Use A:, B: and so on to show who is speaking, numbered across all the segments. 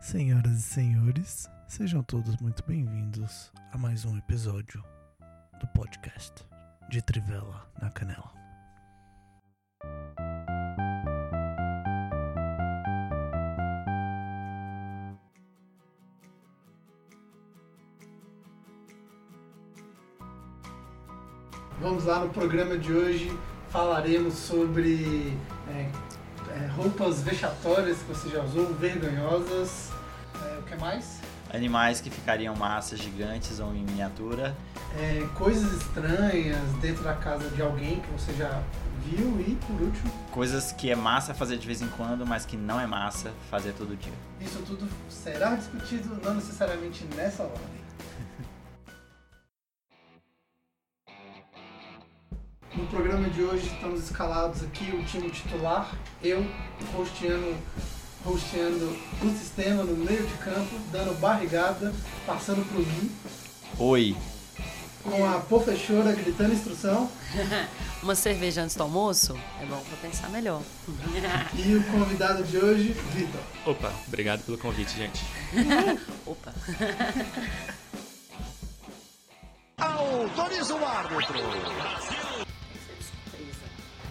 A: Senhoras e senhores, sejam todos muito bem-vindos a mais um episódio do podcast de Trivela na Canela.
B: Vamos lá, no programa de hoje falaremos sobre é, é, roupas vexatórias que você já usou, vergonhosas. É, o que mais?
C: Animais que ficariam massas gigantes ou em miniatura.
B: É, coisas estranhas dentro da casa de alguém que você já viu e, por último,
C: Coisas que é massa fazer de vez em quando, mas que não é massa fazer todo dia.
B: isso tudo será discutido não necessariamente nessa ordem. No programa de hoje estamos escalados aqui o time titular, eu hosteando, hosteando o sistema no meio de campo, dando barrigada, passando pro Gui,
C: Oi,
B: com a professora gritando instrução
D: Uma cerveja antes do almoço? É bom pra pensar melhor.
B: e o convidado de hoje, Vitor.
E: Opa, obrigado pelo convite, gente.
D: Opa.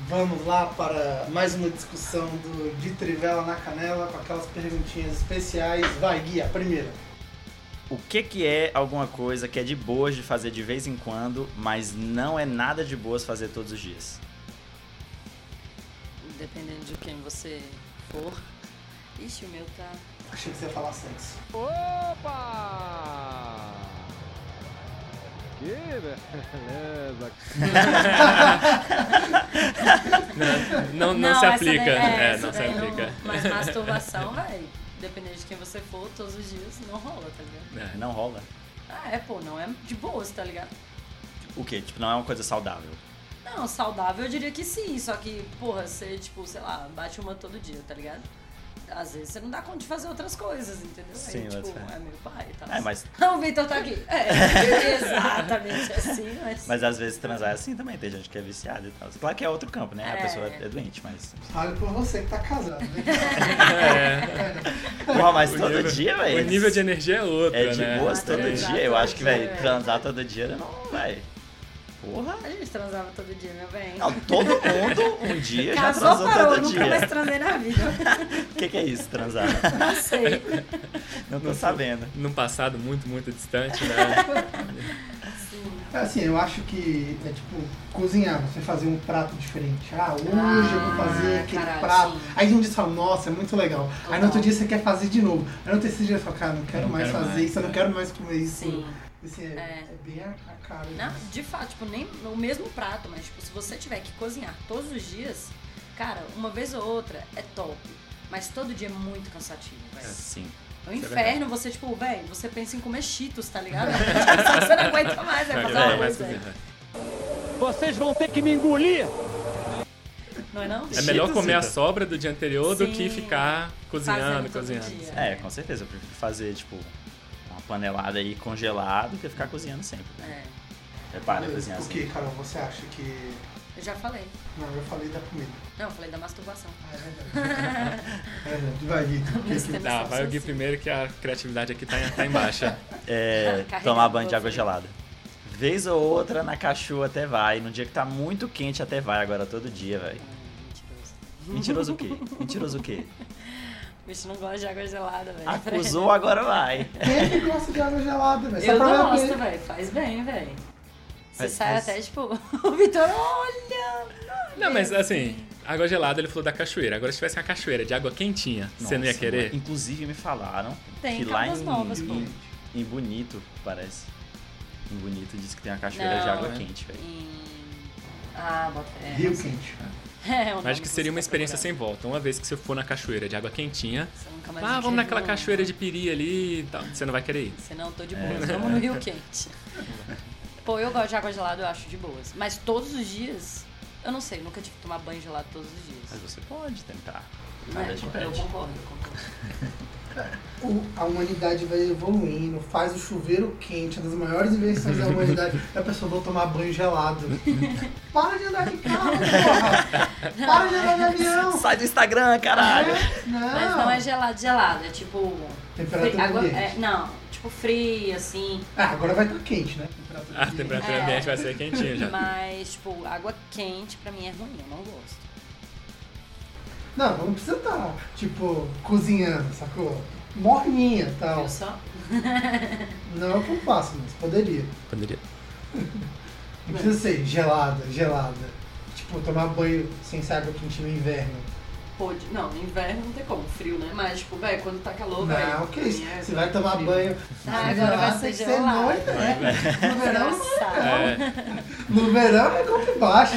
B: Vamos lá para mais uma discussão do De Trivela na Canela com aquelas perguntinhas especiais. Vai, Gui, a primeira.
C: o que que é alguma coisa que é de boas de fazer de vez em quando, mas não é nada de boas fazer todos os dias?
D: Dependendo de quem você for. Ixi, o meu tá.
B: Achei que você ia falar sexo.
F: Opa! Que beleza!
E: Não, não, se
D: essa
E: aplica.
D: daí-
E: é,
D: essa
E: não se
D: daí
E: aplica.
D: Mas masturbação, velho. Dependendo de quem você for, todos os dias não rola, tá ligado?
E: É.
C: Não rola.
D: Ah, é, pô, não é de boas, tá ligado?
C: O que? Tipo, não é uma coisa saudável.
D: Não, saudável eu diria que sim, só que, porra, você, tipo, sei lá, bate uma todo dia, tá ligado? Às vezes você não dá conta de fazer outras coisas, entendeu?
C: Sim,
D: Aí,
C: mas
D: tipo,
C: é.
D: é meu pai e tal.
C: É, mas,
D: Ah, o Vitor tá aqui. É, exatamente assim, mas.
C: mas às vezes transar é assim também, tem gente que é viciada e tal. Claro que é outro campo, né? A
D: É.
C: pessoa é doente, mas.
B: Fale por você que tá casado, né?
C: Porra, mas
E: O
C: todo
E: nível-
C: dia, velho.
E: É, O nível de energia é outro,
C: É de
E: né?
C: boas
D: Ah,
C: todo
D: é.
C: dia. Eu acho que, velho,
D: É.
C: transar todo dia não, velho. Porra.
D: A gente transava todo dia, meu bem.
C: Não, todo mundo um dia já
D: Casou,
C: transou
D: parou,
C: todo
D: nunca
C: dia.
D: mais transei na vida.
C: O que, que é isso, transar?
D: Não sei.
C: Não tô sabendo.
E: Num passado muito, muito distante, né?
B: É Assim, eu acho que é tipo cozinhar, você fazer um prato diferente. Ah, hoje eu vou fazer
D: Ah,
B: aquele
D: caralho,
B: prato.
D: sim.
B: Aí um dia você fala, nossa, é muito legal. Aí no outro dia você quer fazer de novo. Aí no terceiro dia você fala, cara, não quero
E: Não
B: mais
E: quero
B: fazer
E: mais,
B: isso, eu não
E: é.
B: quero mais comer isso.
D: Sim.
B: Assim, é,
D: É.
B: é bem a, a cara. né?
D: Não, de fato, tipo, nem o mesmo prato, mas tipo, se você tiver que cozinhar todos os dias, cara, uma vez ou outra é top. Mas todo dia é muito cansativo, velho.
C: Sim.
D: É um
E: isso é
D: inferno, você, tipo, velho, você pensa em comer cheetos, tá ligado? Tipo, você não aguenta mais, é
E: Não,
D: fazer
E: não
D: uma
E: é mais
D: coisa. aí.
E: cozinhar.
F: Vocês vão ter que me engolir!
D: Não é não?
E: É melhor
C: Cheetos,
E: comer a
C: Vitor.
E: sobra do dia anterior do
D: Sim.
E: que ficar cozinhando,
D: Fazendo todo
E: cozinhando.
D: dia.
E: Ah,
C: É, com certeza. Eu prefiro fazer, tipo, uma panelada aí congelada do que ficar cozinhando sempre. Né?
D: É.
C: Prepara
B: Mas
C: cozinhar
B: Por
E: assim.
C: sempre.
B: que, Carol, você acha que.
D: Eu já falei.
B: Não, eu falei da comida.
D: Não, eu falei da masturbação.
B: Ah, é verdade. é verdade. Vai, Vitor. o que
D: Mas
B: que-
D: tem-
E: Tá, vai o Gui primeiro que a criatividade aqui tá em, tá em baixa.
C: É,
D: Ah, Carrega
C: tomar
D: de
C: banho de
D: boa,
C: água
D: filho.
C: gelada. Vez ou outra na cachorro até vai. No dia que tá muito quente até vai, agora todo dia, velho.
D: Ah, mentiroso.
C: Mentiroso o quê? Mentiroso o quê?
D: O bicho não gosta de água gelada,
E: Ah,
D: velho.
C: Acusou, agora vai.
B: Quem é que gosta de água gelada, velho? Só
D: Eu
B: pra
D: não
B: ver
D: gosto,
B: a pele.
D: velho. Faz bem, velho. Você
C: Mas-
D: sai
C: mas-
D: até tipo, o Vitor, olha!
E: Não, mas assim, água gelada ele falou da cachoeira. Agora se tivesse uma cachoeira de água quentinha, você não ia
C: Nossa,
E: querer?
C: mano. Inclusive me falaram
D: Tem
C: que lá
D: Caldas
C: em,
D: Novas, pô.
C: em, em Bonito, parece. Em Bonito diz que tem uma cachoeira de
D: Não,
C: água
D: é.
C: quente, velho.
D: Em- Ah, bota fé.
B: Rio quente.
D: É, o nome
E: Acho que seria uma
D: você tá
E: experiência sem volta. Uma vez que você for na cachoeira de água quentinha,
D: procurando. Você nunca mais um
E: ah,
D: me
E: vamos naquela
D: viu.
E: cachoeira de piri ali e tal. Você não vai querer ir.
D: Você não, tô de boas.
C: É.
D: Vamos no Rio Quente. Pô, eu gosto de água gelada, eu acho de boas. Mas todos os dias, eu não sei, nunca tive que tomar banho gelado todos os dias.
C: Mas você pode tentar.
D: Não é?
C: Nada te
D: eu
C: impede.
D: concordo, eu concordo.
B: o- a humanidade vai evoluindo, faz o chuveiro quente, uma das maiores invenções da humanidade. E a pessoa vai tomar banho gelado. Para de andar de carro, porra! Para de andar de avião! Né?
C: Sai do Instagram, caralho!
B: Não,
D: Mas não é gelado, gelado. É tipo.
B: Temperatura
D: fri- água-
B: ambiente.
D: é, não, tipo fria, assim.
B: Ah, agora vai estar quente, né?
E: A temperatura
D: É.
E: ambiente vai ser quentinha já.
D: Mas, tipo, água quente pra mim é ruim, eu não gosto.
B: Não, não precisa estar, tipo, cozinhando, sacou? Morninha e tal.
D: Eu só.
B: Não é o que eu faço, mas poderia.
E: Poderia.
B: Não precisa ser gelada, gelada. Tipo, tomar banho sem ser água quente no inverno.
D: Pode. Não, no inverno não tem como, frio, né? Mas, tipo, velho, quando tá calor, velho.
B: Não, que
D: pra
B: isso.
D: mim é
B: Você vai tomar
D: frio.
B: banho.
D: Ah, agora vai ser gelado.
B: noite,
D: é
B: né? No verão,
D: Engraçado.
E: É,
B: no verão é golpe baixo.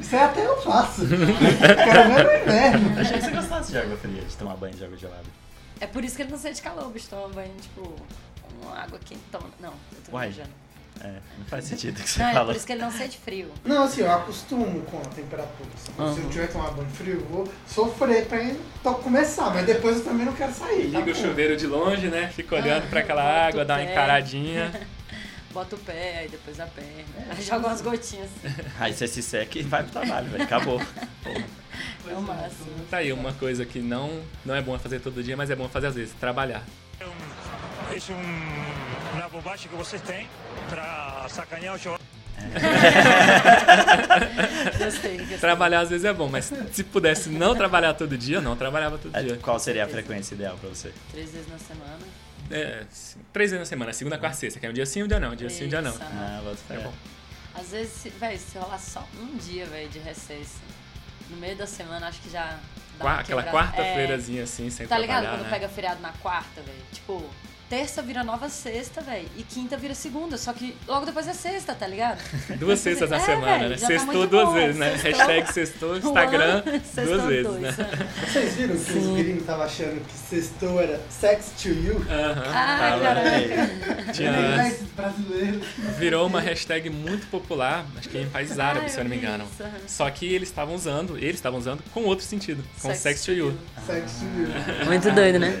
B: Isso aí até eu faço. Quero ver no inverno.
C: Achei que você gostasse de água fria, de tomar banho de água gelada.
D: É por isso que ele não sente calor, o bicho toma banho, tipo, uma água quentona. Não, eu tô
C: Uai.
D: viajando.
C: É, não faz sentido o que você
D: Não, é
C: falou.
D: por isso que ele não sente frio.
B: Não, assim, eu acostumo com a temperatura. sabe? Se eu tiver que tomar banho frio, eu vou sofrer pra ir- to- começar. Mas depois eu também não quero sair. tá
E: liga
B: bom?
E: o chuveiro de longe, né? Fica olhando pra aquela
D: bota o
E: água, dá uma
D: pé.
E: encaradinha.
D: Bota o pé, aí depois a perna. Aí joga umas gotinhas. assim.
C: Aí você se seca e vai pro trabalho, velho. Acabou.
D: É o máximo.
E: Tá aí uma coisa que não, não é bom fazer todo dia, mas é bom fazer às vezes, trabalhar.
G: es un- una bobagem que vocês têm para sacanear o churrasco.
D: Gostei, gostei.
E: Trabalhar às vezes é bom, mas se pudesse não trabalhar todo dia, eu não trabalhava todo
C: Aí,
E: dia.
C: É, Qual seria a frequência ideal pra você?
D: Três vezes na semana.
E: É, sim, três vezes na semana, segunda, quarta, e sexta, que é um dia sim, um dia não, um dia sim, um dia não.
D: Isso.
C: Ah, bota fé.
E: É bom.
D: Às vezes, se- véi, se rolar só um dia, velho, de recesso, no meio da semana, acho que já dá
E: Qua-
D: uma
E: aquela
D: quebrada.
E: quarta-feirazinha assim, sem
D: É, tá ligado?
E: trabalhar,
D: Quando
E: né?
D: pega feriado na quarta, velho. Tipo, terça vira nova sexta, velho. E quinta vira segunda. Só que logo depois é sexta, tá ligado?
E: Duas sextas na
D: É,
E: semana,
D: velho,
E: né?
D: já tá
E: Sextou
D: muito
E: duas
D: bom,
E: vezes, né?
D: sextou.
E: Hashtag sextou, Instagram,
D: Sextou
E: duas vezes, né?
D: dois, é.
B: Vocês viram que os gringos estavam achando que sextou era sex to you? é
E: Aham.
D: Ah,
E: tava.
D: caraca.
E: Tinha-
B: Mas brasileiros.
E: virou uma hashtag muito popular, acho que em países árabes, se eu não me
D: vi
E: engano.
D: é isso, aham.
E: Só que eles estavam usando, eles estavam usando com outro sentido, com sex, to you.
B: Sex to you.
H: Muito doido, né?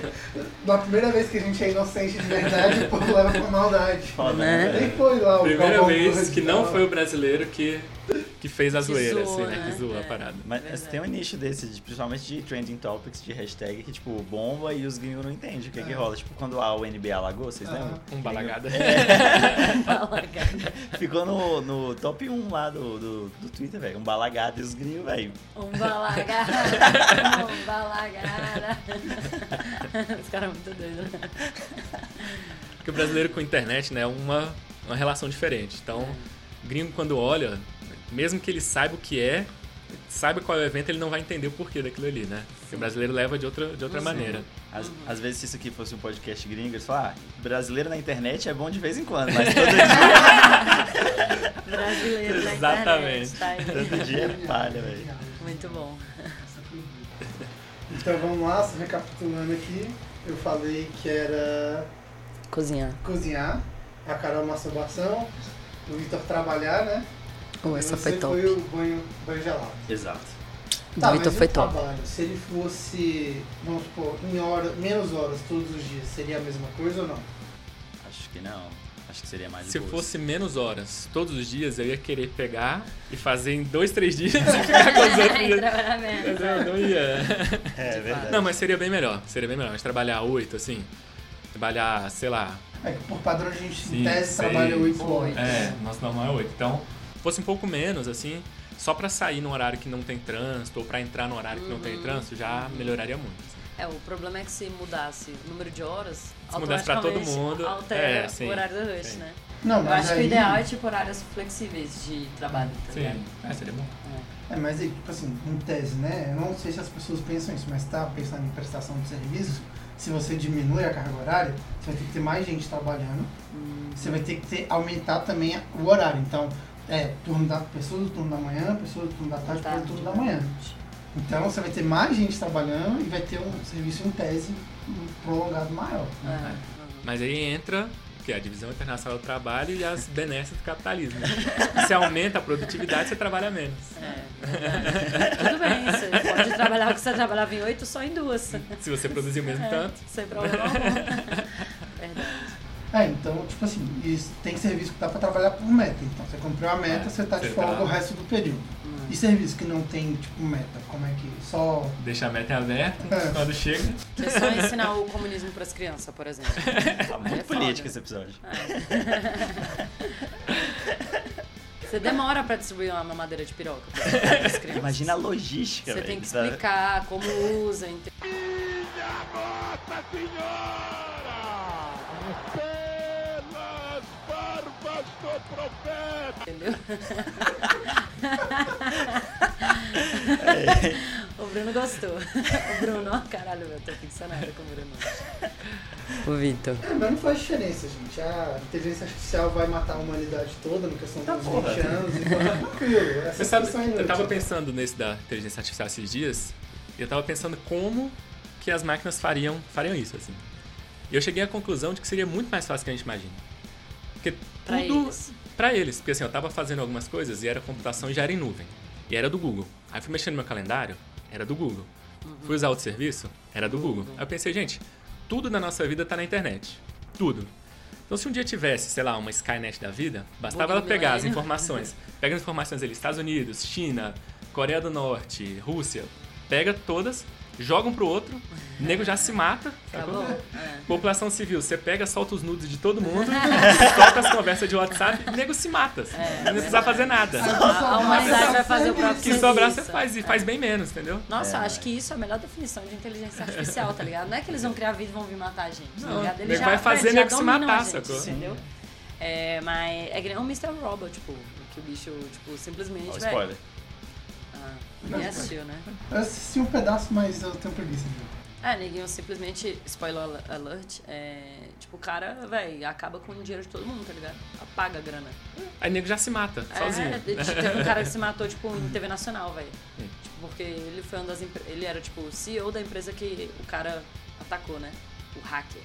B: Na primeira vez que a gente é inocente de verdade, o povo leva com maldade.
C: Foda,
H: Né?
C: velho?
B: Nem foi lá o
E: Primeira
B: Galvão
E: vez
B: Bueno
E: que
B: de
E: não
B: tal.
E: foi o brasileiro que, que fez a
D: Que
E: zoeira,
D: zoou,
E: assim, né?
D: né?
E: Que zoou a
D: É.
E: parada.
C: Mas
D: Verdade.
C: tem um nicho desse, de- principalmente de trending topics, de hashtag, que tipo, bomba e os gringos não entendem o que é que
D: Ah.
C: rola. Tipo, quando a UNB alagou, vocês
B: Aham.
C: lembram?
E: Um balagada.
C: Ficou no, no top 1 lá do, do, do Twitter, velho. Um balagado e os gringos, velho.
D: Um balagada. Um balagada. Os caras muito doidos, né?
E: Porque o brasileiro com internet, né, é uma, uma relação diferente. Então,
D: É.
E: o gringo quando olha, mesmo que ele saiba o que é, saiba qual é o evento, ele não vai entender o porquê daquilo ali, né? Porque o brasileiro leva de outra, de outra maneira.
C: Às, às vezes, se isso aqui fosse um podcast gringo, eles falam, ah, brasileiro na internet é bom de vez em quando, mas todo dia,
D: Brasileiro na
E: Exatamente.
D: internet, tá aí.
C: todo dia é palha, velho.
D: Muito bom.
B: Então vamos lá, só recapitulando aqui. Eu falei que era
D: Cozinhar.
B: cozinhar, a Carol masturbação, o Vitor trabalhar, né?
D: Oh,
B: E
D: essa
B: você
D: foi top.
B: foi o banho, banho gelado.
C: Exato.
B: Tá,
D: Do Vitor
B: mas e
D: foi
B: o
D: top.
B: trabalho? Se ele fosse, vamos supor, em hora, menos horas todos os dias, seria a mesma coisa ou não?
C: Acho que não. Acho que seria mais de
E: Se
C: boas.
E: fosse menos horas, todos os dias, eu ia querer pegar e fazer em dois, três dias e ficar com os outros dias.
D: Trabalhar menos.
E: Mas eu não ia.
C: É, verdade.
E: Não, mas seria bem melhor. Seria bem melhor. Mas trabalhar oito, assim. Trabalhar, sei lá.
B: É que por padrão a gente em
E: Sim,
B: tese
E: seis,
B: trabalha 8 horas.
E: É, nosso normal é oito. Então, fosse um pouco menos, assim. Só pra sair num horário que não tem trânsito, ou pra entrar num horário que não tem trânsito, já melhoraria muito. assim.
D: É, o problema é que se mudasse o número de horas,
E: Se mudasse pra todo
D: automaticamente
E: mundo,
D: altera
E: é, sim,
D: o horário do rush,
E: sim.
D: né?
B: Não,
D: Eu
B: mas
D: acho que
B: aí,
D: o ideal é tipo horários flexíveis de trabalho. Tá ligado?
E: é, seria bom.
B: É, mas aí, tipo assim, em tese, né? Eu não sei se as pessoas pensam isso, mas tá pensando em prestação de serviço, se você diminui a carga horária, você vai ter que ter mais gente trabalhando,
D: Hum,
B: você vai ter que ter, aumentar também a- o horário. Então, é, turno da, pessoas do turno da manhã, pessoas do turno da
D: tá.
B: tarde, pessoas do turno da manhã. Então, você vai ter mais gente trabalhando e vai ter um serviço em tese um prolongado maior.
D: É.
E: É. Mas aí entra o quê? a divisão internacional do trabalho e as benesses do capitalismo. Se aumenta a produtividade, você trabalha menos.
D: É, verdade. Tudo bem, você pode de trabalhar o que você trabalhava em oito, só em duas.
E: Se você produzir o mesmo
D: É.
E: tanto.
D: Sem problema algum. Verdade.
B: É, então, tipo assim, isso tem serviço que dá pra trabalhar por meta. Então, você cumpriu a meta,
E: É,
B: você tá de
E: você
B: folga
E: tá-
B: o resto do período. E serviço que não tem, tipo, meta? Como é que. Só.
E: Deixa a meta em aberto,
B: É.
E: quando chega.
D: Que é só ensinar o comunismo pras crianças, por exemplo.
C: Tá
D: Aí
C: muito
D: é foda.
C: político esse episódio.
E: Ah,
D: Você demora pra distribuir uma mamadeira de piroca por exemplo, pras
E: é
D: crianças.
C: Imagina a logística,
D: Você
C: velho, Tá-
D: tem que
C: da-
D: explicar como usa, entendeu? Entendeu? o Bruno gostou. O Bruno, ó, caralho, eu tô ficcionada com o Bruno. O Vitor.
B: É, Mas não faz diferença, gente. A inteligência artificial vai matar a humanidade toda no questão dos 20 anos. Então, tá tranquilo. Essa
E: Tá né? Você sabe,
B: discussão é
E: eu
B: inútil.
E: tava pensando nesse da inteligência artificial esses dias, e eu tava pensando como que as máquinas fariam, fariam isso, assim. E eu cheguei à conclusão de que seria muito mais fácil que a gente imagina. Porque
D: Pra
E: tudo
D: eles.
E: pra eles, porque assim, eu tava fazendo algumas coisas e era computação e já era em nuvem. E era do Google. Aí fui mexendo no meu calendário, era do Google. Fui usar outro serviço, era do Google. Aí eu pensei, gente, tudo na nossa vida tá na internet. Tudo. Então se um dia tivesse, sei lá, uma Skynet da vida, bastava
D: Bug
E: ela
D: do
E: pegar as
D: milênio.
E: informações. Pega as informações ali, Estados Unidos, China, Coreia do Norte, Rússia. Pega todas, joga um pro outro, o nego já se mata. sacou?
D: Acabou? É.
E: População civil, você pega, solta os nudes de todo mundo, solta as conversas de WhatsApp e o nego se mata.
D: É,
E: não precisa fazer nada.
D: A, a humanidade vai fazer o próprio
E: Que sobrar você
D: serviço.
E: faz e faz bem menos, entendeu?
D: Nossa, eu acho que isso é a melhor definição de inteligência artificial, tá ligado? Não é que eles vão criar vida e vão vir matar a gente, tá
E: Não,
D: ligado?
E: nego
D: Eles já
E: vai fazer
D: eles já
E: nego se
D: dominam
E: matar,
D: a gente,
E: sacou? Sim.
D: Entendeu? É, mas é que nem um Mr. Robot, tipo, que o bicho, tipo, simplesmente.
C: Ó,
D: vai-
C: spoiler.
D: Ah, ninguém assistiu, né?
B: Eu assisti um pedaço, mas eu tenho preguiça de ver.
D: É, neguinho simplesmente, spoiler al- alert, é, tipo, o cara, véi, acaba com o dinheiro de todo mundo, tá ligado? Apaga a grana.
E: Aí o nego já se mata, sozinho. né?
D: É, de- teve um cara que se matou, tipo, em TV Nacional, velho. Tipo, porque ele foi uma das empre- Ele era, tipo, o CEO da empresa que o cara atacou, né? O hacker.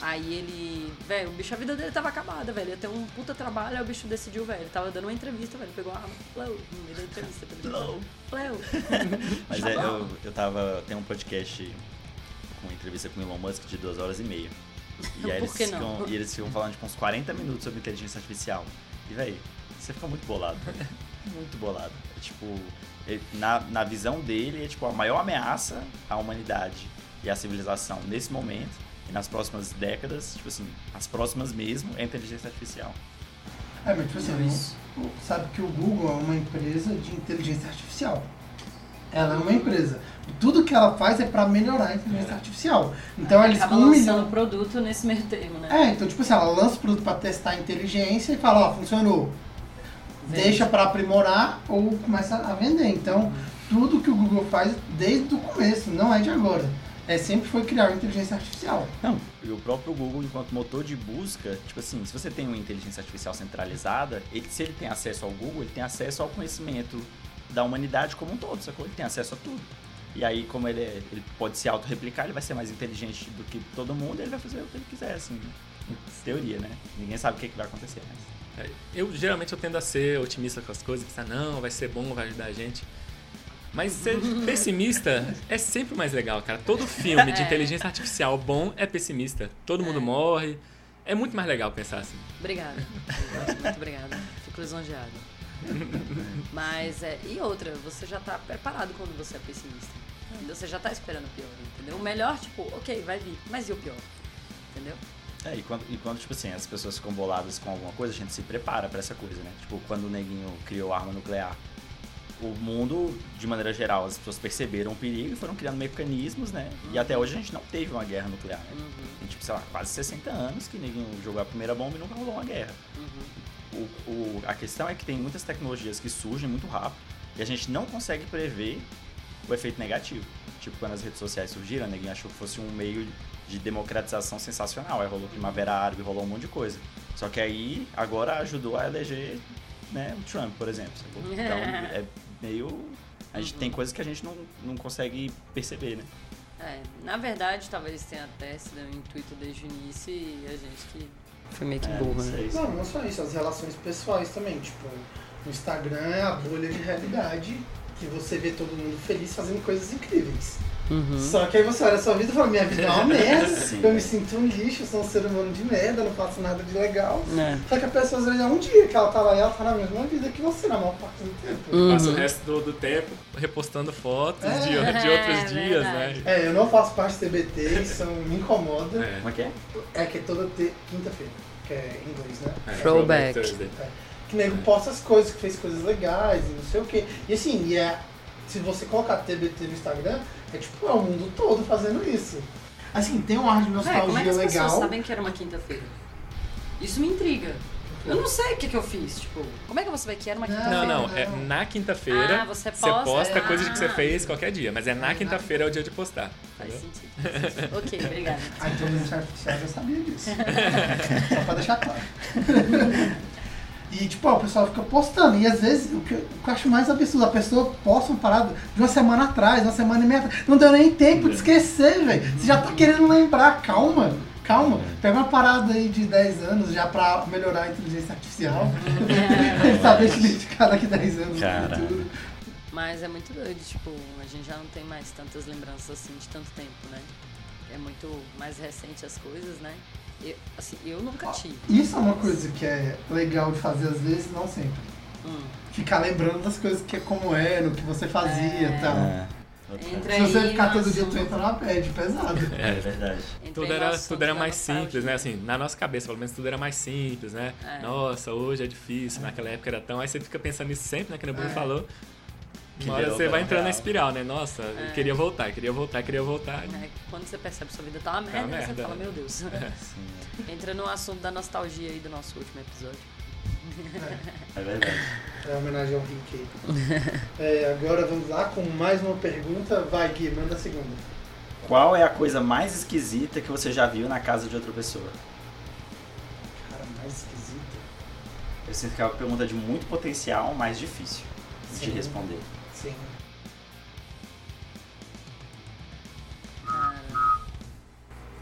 D: Aí ele. Velho, o bicho, a vida dele tava acabada, velho. Ia ter um puta trabalho, aí o bicho decidiu, velho. Ele tava dando uma entrevista, velho. Pegou a arma, pleu, no meio da entrevista. Tá ligado? Pleu.
C: Mas é, eu, eu tava. Tem um podcast com entrevista com o Elon Musk de duas horas e meia. E aí
D: Por
C: eles
D: que
C: ficam,
D: não?
C: e eles ficam falando tipo, uns 40 minutos sobre inteligência artificial. E véi, você fica muito bolado. velho. muito bolado. É tipo, ele- na, na visão dele, é tipo a maior ameaça à humanidade e à civilização nesse momento. E nas próximas décadas, tipo assim, as próximas mesmo é a inteligência artificial.
B: É, mas tipo assim, não- o- sabe que o Google é uma empresa de inteligência artificial. Ela é uma empresa. Tudo que ela faz é pra melhorar a inteligência artificial. Então eles
D: Acaba
B: com um milhão.
D: lançando produto nesse meio termo, né?
B: É, então, tipo assim, ela lança o produto pra testar a inteligência e fala, ó, funcionou. Deixa pra aprimorar ou começa a vender. Então, tudo que o Google faz desde o começo, não é de agora. É sempre foi criar uma inteligência artificial.
C: Não, e o próprio Google, enquanto motor de busca, tipo assim, se você tem uma inteligência artificial centralizada, ele- se ele tem acesso ao Google, ele tem acesso ao conhecimento da humanidade como um todo, sacou? Ele tem acesso a tudo. E aí, como ele, é- ele pode se auto-replicar, ele vai ser mais inteligente do que todo mundo, ele vai fazer o que ele quiser, assim, em teoria, né? Ninguém sabe o que, que vai acontecer, mas...
E: É, Eu geralmente eu tendo a ser otimista com as coisas, pensar, não, vai ser bom, vai ajudar a gente. Mas ser pessimista é sempre mais legal, cara. Todo filme de
D: É.
E: inteligência artificial bom é pessimista. Todo mundo morre. É muito mais legal pensar assim.
D: Obrigada. Muito obrigada. Fico lisonjeada. Mas, é, e outra, você já tá preparado quando você é pessimista. Entendeu? Você já tá esperando o pior, entendeu? O melhor, tipo, ok, vai vir, mas e o pior? Entendeu?
C: É, e quando, e quando, tipo assim, as pessoas ficam boladas com alguma coisa, a gente se prepara pra essa coisa, né? Tipo, quando o neguinho criou a arma nuclear, o mundo, de maneira geral, as pessoas perceberam o perigo e foram criando mecanismos, né? E até hoje a gente não teve uma guerra nuclear, né? Tem, tipo, sei lá, quase 60 anos que ninguém jogou a primeira bomba e nunca rolou uma guerra. O, o- a questão é que tem muitas tecnologias que surgem muito rápido e a gente não consegue prever o efeito negativo. Tipo, quando as redes sociais surgiram, ninguém achou que fosse um meio de democratização sensacional. Aí rolou Primavera Árabe, rolou um monte de coisa. Só que aí, agora ajudou a eleger né, o Trump, por exemplo. sacou? Então, é meio... A gente tem coisas que a gente não, não consegue perceber, né?
D: É, na verdade, talvez tenha até sido um intuito desde o início e a gente que. Foi meio que né?
C: É,
D: burra,
C: não sei.
B: Não, não só isso, as relações pessoais também. Tipo, o Instagram é a bolha de realidade E você vê todo mundo feliz fazendo coisas incríveis. Só que aí você olha a sua vida e fala, minha vida é uma merda,
C: Sim.
B: eu me sinto um lixo, eu sou um ser humano de merda, eu não faço nada de legal.
H: É.
B: Só que a pessoa, às vezes, é um dia que ela tá lá e ela tá na mesma vida que você, na maior parte do tempo.
E: Passa o resto do, do tempo repostando fotos de,
D: É,
E: de outros dias,
D: verdade.
E: né?
B: É, eu não faço parte do CBT, isso me incomoda.
E: É.
C: Como é que é?
B: É que é toda te- quinta-feira, que é em inglês, né?
E: É,
H: Throwback.
E: Thursday.
B: Que nego posta as coisas, que fez coisas legais e não sei o quê. E assim, e é, se você colocar TBT no Instagram, é tipo, é o mundo todo fazendo isso. Assim, tem um ar de
D: Véi, como é que
B: nostalgia
D: as pessoas
B: legal.
D: sabem que era uma quinta-feira? Isso me intriga. Eu não sei o que, que eu fiz, tipo, como é que você vai que era uma
B: Não,
D: quinta-feira?
E: Não, não, é na quinta-feira
D: Ah, você posta,
E: posta
D: é.
E: coisas que você fez qualquer dia, mas é na quinta-feira é o dia de postar.
D: Faz
E: entendeu?
D: sentido. faz sentido. ok, obrigada.
B: A inteligência artificial já sabia disso. Só pra deixar claro. E tipo, ó, o pessoal fica postando. E às vezes, o que, eu- o que eu acho mais absurdo, a pessoa posta uma parada de uma semana atrás, uma semana e meia atrás. Não deu nem tempo de esquecer, velho. Você já tá querendo lembrar. Calma, calma. Pega uma parada aí de 10 anos já pra melhorar a inteligência artificial. Saber te identificar daqui 10 anos no
C: Cara.
B: futuro.
D: Mas é muito doido, tipo, a gente já não tem mais tantas lembranças assim de tanto tempo, né? É muito mais recente as coisas, né? Eu, assim, eu nunca tive.
B: Isso é uma coisa que é legal de fazer às vezes, não sempre.
D: Hum.
B: Ficar lembrando das coisas que é como era, o que você fazia e tal.
C: É. Outra-
D: Entra
B: Se você
D: aí
B: ficar
D: no
B: todo dia tu
D: assunto.
B: entra na pad, pesado.
C: É verdade.
D: Entra aí
E: Tudo
D: no
E: era,
D: assunto
E: tudo era
D: da
E: mais
D: nostalgia.
E: simples, né? Assim, na nossa cabeça, pelo menos, tudo era mais simples, né?
D: É.
E: Nossa, hoje é difícil, naquela época era tão. Aí você fica pensando nisso sempre, né? Que o
D: É.
E: Bruno falou.
C: Que
E: Uma hora
C: virou
E: você vai
C: pra
E: entrando na
C: real.
E: espiral, né? Nossa, eu queria voltar, queria voltar, queria voltar.
D: É, Quando você percebe que sua vida tá uma merda,
E: Tá uma
D: você
E: merda, é.
D: fala,
E: né?
D: meu Deus.
C: Sim,
D: Entra no assunto da nostalgia aí do nosso último episódio.
C: é verdade.
B: É uma homenagem ao Rick aí. É, agora vamos lá com mais uma pergunta. Vai, Gui, manda a segunda.
C: Qual é a coisa mais esquisita que você já viu na casa de outra pessoa?
B: Cara, mais esquisito.
C: Eu sinto que é uma pergunta de muito potencial, mas difícil
B: Sim.
C: de responder.
B: Sim.
D: Cara,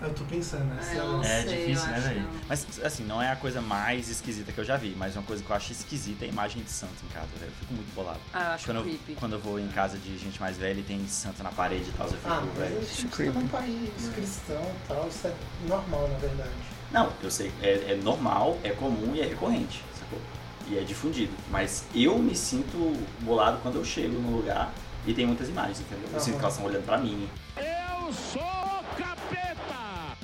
B: Eu tô pensando, né?
D: Ah,
B: se
D: eu
B: ela-
D: não
C: É
D: sei,
C: difícil,
D: eu
C: né,
D: acho
C: velho?
D: não.
C: Mas, assim, não é a coisa mais esquisita que eu já vi, mas uma coisa que eu acho esquisita é a imagem de santo em casa, velho. Eu fico muito bolado.
D: Ah, eu acho
C: quando,
D: creepy.
C: eu, quando eu vou em casa de gente mais velha e tem santo na parede e tal, eu fico,
B: Ah, mas
C: velho.
B: a gente tá num país cristão e tal, isso é normal, na verdade.
C: Não, eu sei, é, é normal, é comum e é recorrente, sacou? E é difundido. Mas eu me sinto bolado quando eu chego num lugar e tem muitas imagens, entendeu? Eu sinto que elas estão olhando pra mim,
F: Eu sou o capeta!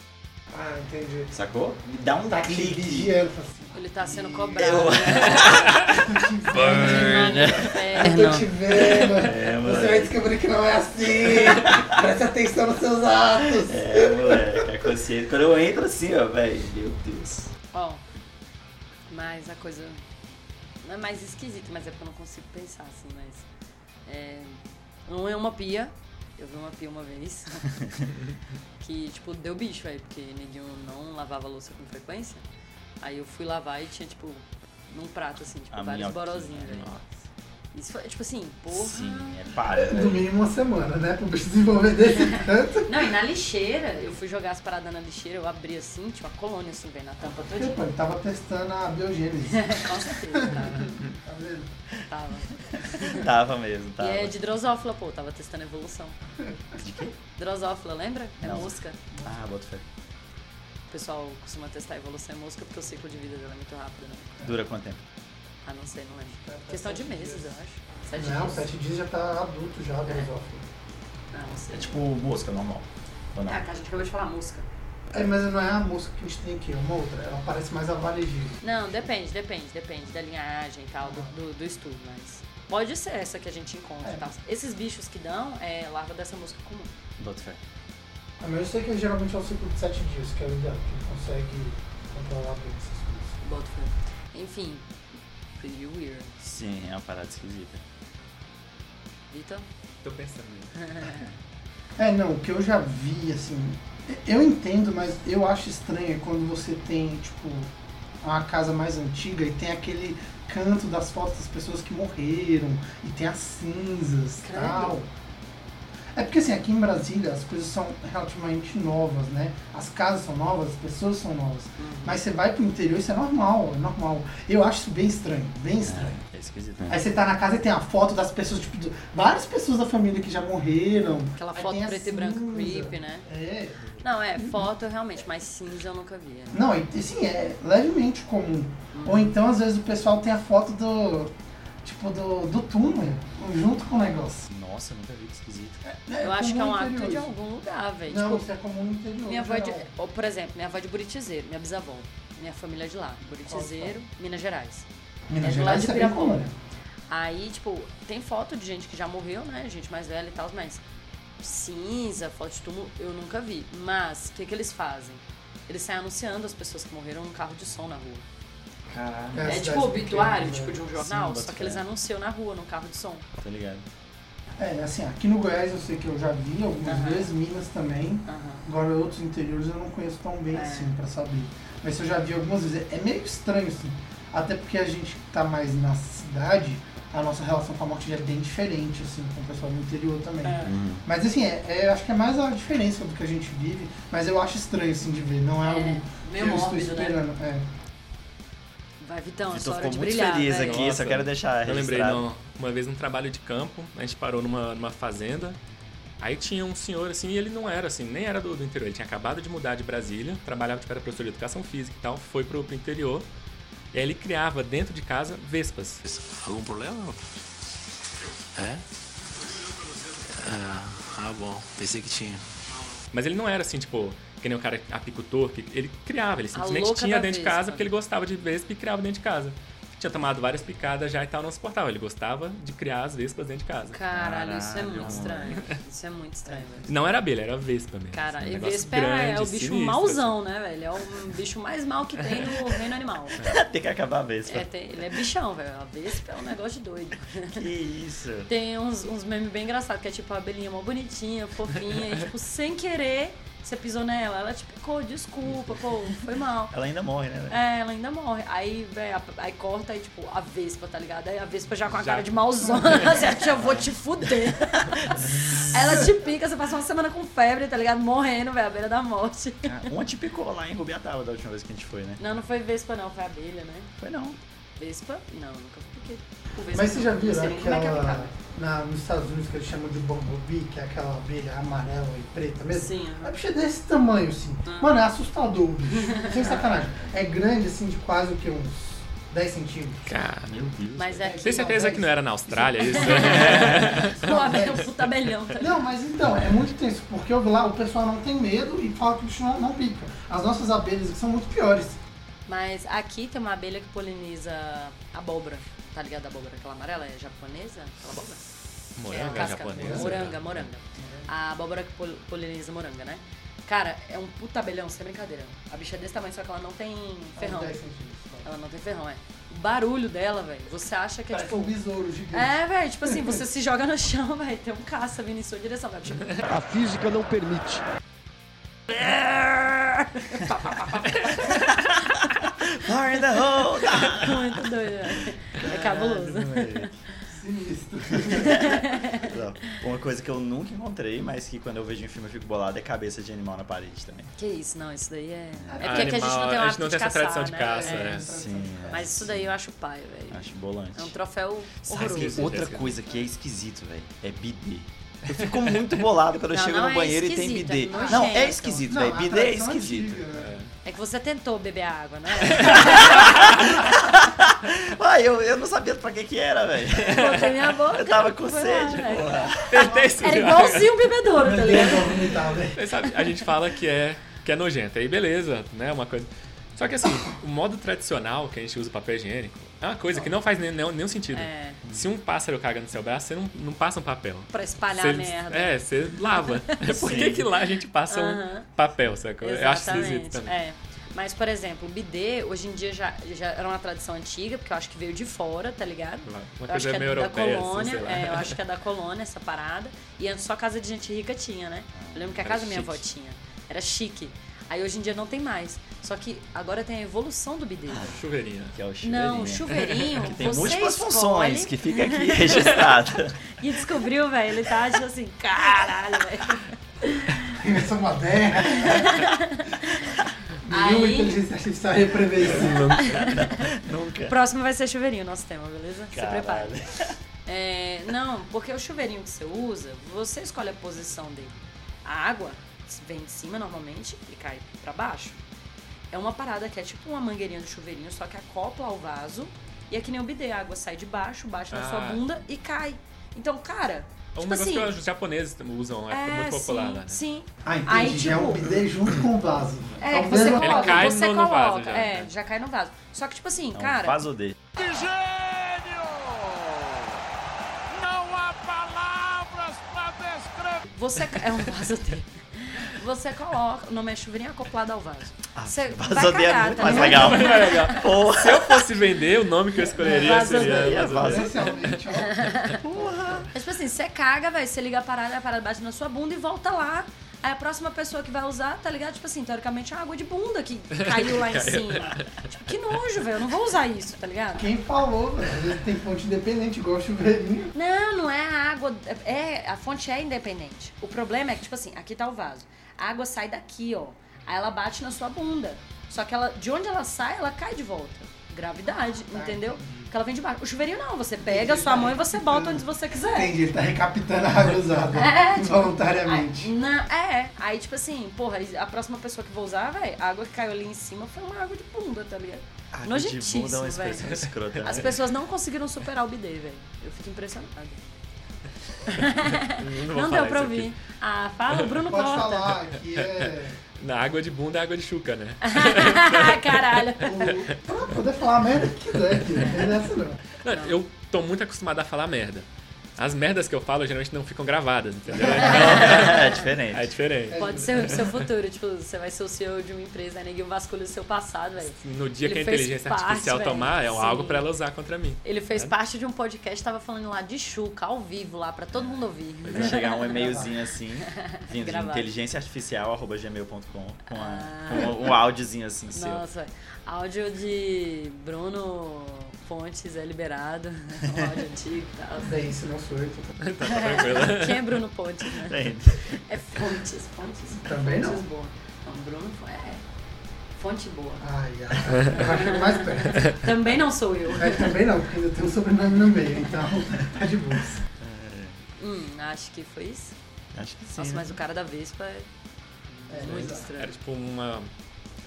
B: Ah, entendi.
C: sacou? Me dá um
B: Tá aqui
C: clique.
B: vigiando, fala assim,
D: Ele tá sendo cobrado.
C: Eu-
D: né?
C: Burn.
D: É,
B: eu tô te vendo.
C: É,
B: Você vai
C: moleque.
B: descobrir que não é assim. Preste atenção nos seus atos.
C: É, moleque. É consciente. Quando eu entro assim, ó, velho. Meu Deus.
D: Ó, mas a coisa não é mais esquisita, mas é porque eu não consigo pensar assim, mas é, não é uma pia. Eu vi uma pia uma vez que tipo deu bicho aí, porque ninguém não lavava a louça com frequência. Aí eu fui lavar e tinha tipo num prato assim, tipo
C: A
D: vários
C: minhoquinha,
D: borozinhos, velho.
C: nossa.
D: Isso foi tipo assim, porra.
C: Sim, é para,
B: No
C: velho.
B: mínimo uma semana, né? Pro bicho desenvolver desse tanto.
D: Não, e na lixeira, eu fui jogar as paradas na lixeira, eu abri assim, tinha uma colônia assim, velho, na tampa todinha.
B: Tipo, ele tava testando a biogênese.
D: com certeza, tava,
B: Tá vendo?
D: tava.
C: Tava mesmo, tava.
D: E é de drosófila, pô, tava testando a evolução.
C: De quê?
D: Drosófila, lembra? É
C: Não.
D: mosca.
C: Ah, bota fé.
D: O pessoal costuma testar a evolução em mosca porque o ciclo de vida dela é muito rápido, né?
C: Dura quanto tempo?
D: Ah, não sei, não lembro.
B: Tá, tá
D: Questão de
B: sete
D: meses, eu
B: dias.
D: acho. Sete
B: Não,
D: dias. É.
B: sete dias já tá adulto já, drosófilo.
D: Ah, não sei.
C: É tipo mosca normal. Ou não?
D: Ah, que a gente acabou de falar mosca.
B: É, mas não é a mosca que a gente tem aqui, é uma outra. Ela parece mais a varejinha.
D: Não, depende, depende, depende da linhagem e tal, do, do- do estudo, mas. Pode ser essa que a gente encontra e
B: É.
D: tal. Esses bichos que dão é larva dessa mosca comum.
C: Bota fé.
B: A meu eu sei que geralmente é o ciclo de sete dias, que é o ideal, que ele consegue controlar bem essas coisas.
D: Boto fé. Enfim, pretty weird.
C: Sim, é uma parada esquisita.
D: Vitor?
E: Tô pensando nisso.
B: É, não, o que eu já vi, assim. Eu entendo, mas eu acho estranho é quando você tem, tipo, uma casa mais antiga e tem aquele canto das fotos das pessoas que morreram e tem as cinzas e
D: Credo.
B: tal. É porque assim, aqui em Brasília as coisas são relativamente novas, né? As casas são novas, as pessoas são novas. Mas você vai pro interior, isso é normal, é normal. Eu acho isso bem estranho, bem estranho.
C: É esquisito, né?
B: Aí você tá na casa e tem a foto das pessoas, tipo, de- várias pessoas da família que já morreram.
D: Aquela
B: Aí
D: foto
B: tem a
D: preto e branco
B: cinza.
D: creepy, né?
B: É.
D: Não, é, foto realmente, mas cinza eu nunca via.
B: Não, e assim, é levemente comum. Ou então, às vezes, o pessoal tem a foto do. Tipo, do, do túmulo junto com o negócio.
C: Nossa, nunca vi que esquisito.
D: Eu acho que é
B: comum no
D: um hábito de
B: interior isso.
D: algum lugar, velho.
B: Não,
D: Tipo,
B: isso é comum no interior.
D: minha avó é de,
B: geral.
D: ou, por exemplo, minha avó é de Buritizeiro, minha bisavó. Minha família é de lá, Buritizeiro, Minas Gerais.
B: Minas
D: é do
B: Gerais
D: lado de
B: é bem
D: Pirapora.
B: comum.
D: Aí, tipo, tem foto de gente que já morreu, né? Gente mais velha e tal, mas cinza, foto de túmulo, eu nunca vi. Mas, o que, que eles fazem? Eles saem anunciando as pessoas que morreram num carro de som na rua.
C: Caralho,
B: a
D: É,
B: cidade
D: tipo obituário,
B: pequena,
D: tipo
B: né?
D: de um jornal,
C: bota
D: só que
C: fé.
D: eles anunciam na rua, num carro de som.
C: tô ligado.
B: É, assim, aqui no Goiás eu sei que eu já vi algumas
D: Aham.
B: vezes, Minas também.
D: Aham.
B: Agora, outros interiores eu não conheço tão bem
D: É.
B: assim, pra saber. Mas eu já vi algumas vezes. É meio estranho, assim. Até porque a gente que tá mais na cidade, a nossa relação com a morte já é bem diferente, assim, com o pessoal do interior também. Mas, assim, é, é- eu acho que é mais a diferença do que a gente vive. Mas eu acho estranho, assim, de ver. Não é algo que
D: É,
B: eu
D: meio
B: estou
D: mórbido, né?
B: esperando. É.
D: Vai, Vitão, é
C: Vitor
D: sua hora
C: ficou
D: de
C: muito
D: brilhar,
C: feliz
D: velho.
C: aqui,
E: Nossa,
C: só quero deixar
E: Eu lembrei,
C: registrado.
E: não, uma vez num trabalho de campo, a gente parou numa, numa fazenda, aí tinha um senhor assim, e ele não era assim, nem era do, do interior, ele tinha acabado de mudar de Brasília, trabalhava tipo, era professor de educação física e tal, foi pro, pro interior, e aí ele criava dentro de casa vespas.
H: Algum problema? É? Ah, ah, bom. Pensei que tinha.
E: Mas ele não era assim, tipo, que nem o cara apicultor, que ele criava, ele simplesmente
D: louca
E: tinha
D: da
E: dentro de
D: vespa.
E: casa porque ele gostava de vespa e criava dentro de casa. Tinha tomado várias picadas já e tal, não suportava. Ele gostava de criar as vespas dentro de casa.
D: Caralho, isso é
C: Caralho,
D: muito
C: mano.
D: estranho. Isso é muito estranho, velho.
E: Não era abelha, era vespa mesmo.
D: Cara,
E: assim, um
D: e
E: negócio
D: Vespa é- é o
E: grande,
D: bicho
C: assim.
E: sinistro,
D: mauzão, né, velho? É o bicho mais mal que tem no reino animal.
C: Tem que acabar a vez.
D: É, tem- ele é bichão, velho. A Vespa é um negócio de doido.
C: Que isso?
D: Tem uns, uns memes bem engraçados, que é tipo a abelhinha mó bonitinha, fofinha, e tipo, sem querer, você pisou nela. Ela te picou, desculpa, pô, foi mal.
C: Ela ainda morre, né? velho?
D: É, ela ainda morre. Aí, velho, a- aí corta e, tipo, a Vespa, tá ligado? Aí a Vespa já com a
E: Já.
D: cara de mauzona, você acha, eu vou te fuder. ela te pica, você passa uma semana com febre, tá ligado? Morrendo, velho, à beira da morte.
C: Ah, Uma te picou lá em Rubiataba da última vez que a gente foi, né?
D: Não, não foi Vespa, não, foi abelha, né?
C: Foi não.
D: Vespa? Não, nunca fiquei. com Vespa,
B: Mas você já
D: não
B: viu
D: sei nem como é que é
B: aquela.
D: picada.
B: na, nos Estados Unidos que eles chamam de bumblebee, que é aquela abelha amarela e preta mesmo?
D: Sim, Ah. aham.
B: A bicha é desse tamanho, assim. Mano, é assustador, bicho. Sem sacanagem. É grande, assim, de quase o que? Uns 10 centímetros.
E: Cara,
C: Meu Deus.
D: Mas é aqui.
E: assim. tem certeza que não era na Austrália isso?
D: Pô, abelha é um puta abelhão, tá ligado?
B: Não, mas então, é muito tenso, porque eu vi lá, o pessoal não tem medo e fala que o bicho não, não pica. As nossas abelhas aqui são muito piores.
D: Mas aqui tem uma abelha que poliniza abóbora. Tá ligado a abóbora? Aquela amarela é japonesa? Aquela abóbora?
E: Moranga
D: é,
E: japonesa?
D: Moranga, moranga. A abóbora que pol- poliniza moranga, né? Cara, é um puta abelhão, sem brincadeira. A bicha é desse tamanho, só que ela não tem ferrão.
B: Uns 10 centímetros.
D: Ela não tem ferrão, é. O barulho dela, velho, você acha que é
B: Parece
D: tipo.
B: um besouro gigante.
D: É, velho, tipo assim, você se joga no chão, velho, tem um caça vindo em sua direção, velho. Tipo,
F: A física não permite.
C: Fire in the hole!
D: muito doido, velho. É cabuloso.
B: Sinistro.
C: Não, Uma coisa que eu nunca encontrei, mas que quando eu vejo em filme eu fico bolado, é cabeça de animal na parede também.
D: Que isso, não, isso daí é. É
E: Ah,
D: porque aqui a gente não
E: animal,
D: tem o
E: a gente
D: hábito
E: não
D: de
E: tem essa
D: caçar,
E: tradição de
D: né?
E: caça,
D: É.
E: né?
C: Sim. é.
D: Mas isso daí eu acho pai, velho.
C: Acho bolante.
D: É um troféu
C: Sabe que
D: horroroso.
C: outra coisa que é esquisito, velho, é bidê. Eu fico muito bolado quando eu
D: Não,
C: chego
D: não
C: no
D: é
C: banheiro e tem
D: esquisito,
C: bidê.
D: é
C: não, é
D: nojento.
C: esquisito,
B: Não,
C: velho.
B: a
C: Bidê é
B: tradição
C: esquisito.
B: antiga, né?
D: É que você tentou beber água, né?
C: Uai, Ah, eu, eu não sabia pra que que era, velho.
D: Botei minha boca.
C: Eu tava com
D: foi lá,
C: sede,
D: velho.
C: porra.
E: Tentei
D: Era
E: sujar.
D: igualzinho um bebedouro, tá
B: Meu Deus,
D: ligado?
B: eu vou vomitar, velho.
E: Aí, sabe, a gente fala que é, que é nojento. Aí beleza, né? Uma coisa. Só que assim, o modo tradicional que a gente usa o papel higiênico é uma coisa que não faz nem- nenhum, nenhum sentido.
D: É.
E: Se um pássaro caga no seu braço, você não, não passa um papel.
D: Pra espalhar
E: Você-
D: a merda.
E: É, você lava. Por que, que lá a gente passa
D: Aham.
E: um papel, saca? Eu acho esquisito também.
D: É. Mas, por exemplo, o bidê, hoje em dia já, já era uma tradição antiga, porque eu acho que veio de fora, tá ligado?
E: Uma
D: eu
E: coisa
D: acho que é
E: meio
D: da
E: europeia, assim,
D: colônia,
E: sei lá.
D: é, eu acho que é da colônia essa parada. E antes só casa de gente rica tinha, né? Eu lembro que a
E: Era
D: casa da minha
E: chique.
D: avó tinha. Era chique. Aí hoje em dia não tem mais. Só que agora tem a evolução do bidet.
E: Chuveirinha. um
C: Que é o chuveirinho.
D: não, chuveirinho.
C: Que tem
D: você
C: múltiplas
D: escolhe
C: funções que fica aqui registrada.
D: E descobriu, velho. Ele tá tipo assim, caralho, velho.
B: Invenção moderna. Nenhuma
D: Aí-
B: inteligência artificial é previsível.
D: O
C: Nunca.
D: próximo vai ser chuveirinho, nosso tema, beleza? Se prepara.
C: Caralho.
D: É, não, porque o chuveirinho que você usa, você escolhe a posição dele. A água vem de cima normalmente e cai pra baixo. É uma parada que é tipo uma mangueirinha de chuveirinho, só que acopla ao vaso e é que nem o bidê, a água sai de baixo, bate na sua
E: Ah.
D: bunda e cai. Então, cara,
E: É um
D: tipo
E: negócio
D: assim,
E: que os japoneses usam, é,
D: é,
E: muito popular
D: sim,
E: lá, né?
D: sim.
B: Ah, entendi.
D: Aí,
B: Já é um
D: tipo-
B: bidê junto com o vaso.
D: É,
B: o
D: que você
B: mesmo-
D: coloca,
E: Ele cai
D: você
E: no- no
D: coloca.
E: vaso já,
D: é,
E: né?
D: já cai no vaso. Só que tipo assim,
C: Não,
D: cara,
C: Faz o D.
G: Que gênio! Não há palavras para descrever.
D: Você é um vaso dele. Você coloca, o nome é chuveirinho acoplado ao vaso. Você vai
C: Vaso D é
D: cagar,
C: muito
D: tá
C: mais
D: ligado?
C: legal. Porra.
E: Se eu fosse vender, o nome que eu escolheria
D: Vaso
E: seria
C: Dei, é
E: Vaso
C: vaso.
E: Dei.
B: Essencialmente, ó.
D: Mas, tipo assim, você caga, velho, você liga a parada, a parada bate na sua bunda e volta lá. Aí a próxima pessoa que vai usar, tá ligado? Tipo assim, teoricamente é água de bunda que caiu lá em cima. Tipo, que nojo, velho, eu não vou usar isso, tá ligado?
B: Quem falou, velho? Às vezes tem fonte independente, igual o chuveirinho.
D: Não, não é a água. É, a fonte é independente. O problema é que, tipo assim, aqui tá o vaso. A água sai daqui, ó. Aí ela bate na sua bunda. Só que ela, de onde ela sai, ela cai de volta. Gravidade,
C: Ah, tá,
D: entendeu? Porque ela vem de baixo. O chuveirinho não, você pega a sua mão e você bota onde você quiser.
B: Entendi, ele tá recapitando a água usada.
D: É, tipo,
B: involuntariamente.
D: Aí, na- é, aí tipo assim, porra, a próxima pessoa que vou usar, velho, a água que caiu ali em cima foi uma água de bunda, tá ligado?
C: Água de
D: Nojentíssimo,
C: bunda é uma expressão
D: velho.
C: escrota.
D: As pessoas não conseguiram superar o bidê, velho. Eu fico impressionada.
E: Não, vou
D: Não
E: falar
D: deu pra
E: isso aqui.
D: ouvir. Ah, fala, o Bruno
B: Pode
D: corta.
B: falar que é.
E: Na água de bunda é água de chuca, né?
D: Ah, Caralho.
B: o- Pra poder falar a merda que quiser aqui, não tem dessa não.
E: Não, eu tô muito acostumado a falar merda. As merdas que eu falo geralmente não ficam gravadas, entendeu?
C: é diferente.
E: É diferente.
D: Pode ser o seu futuro, tipo, você vai ser o CEO de uma empresa, aí ninguém vasculha o seu passado, velho.
E: No dia
D: Ele
E: que a
D: fez
E: inteligência
D: parte,
E: artificial
D: velho.
E: tomar, é
D: Sim.
E: algo pra ela usar contra mim.
D: Ele fez parte de um podcast, tava falando lá de Chuca, ao vivo, lá, pra todo mundo ouvir.
C: Vai chegar um e-mailzinho assim, vindo de
D: Gravado.
C: inteligência artificial, arroba gmail.com, com, a-
D: Ah.
C: com um áudiozinho assim
E: é.
C: seu.
D: Nossa, áudio de Bruno Pontes é liberado. Um áudio antigo e tal.
B: Daí, se não sou eu, tô-
D: Ah, tá.
E: Tá
D: Quem é Bruno Pontes, né?
C: Tem.
D: É Fontes, Fontes.
B: Também não.
D: Fontes boa. Não, Bruno Fo- é fonte boa.
B: Ai, ai. Eu acho que é mais perto.
D: Também não sou eu.
B: Mas também não, porque ainda tem um sobrenome no meio, então tá de boa.
D: Hum, acho que foi isso.
C: Acho que sim.
D: Nossa,
C: né?
D: mas o cara da Vespa é,
B: É,
D: muito
B: exato.
D: estranho.
E: Era tipo uma.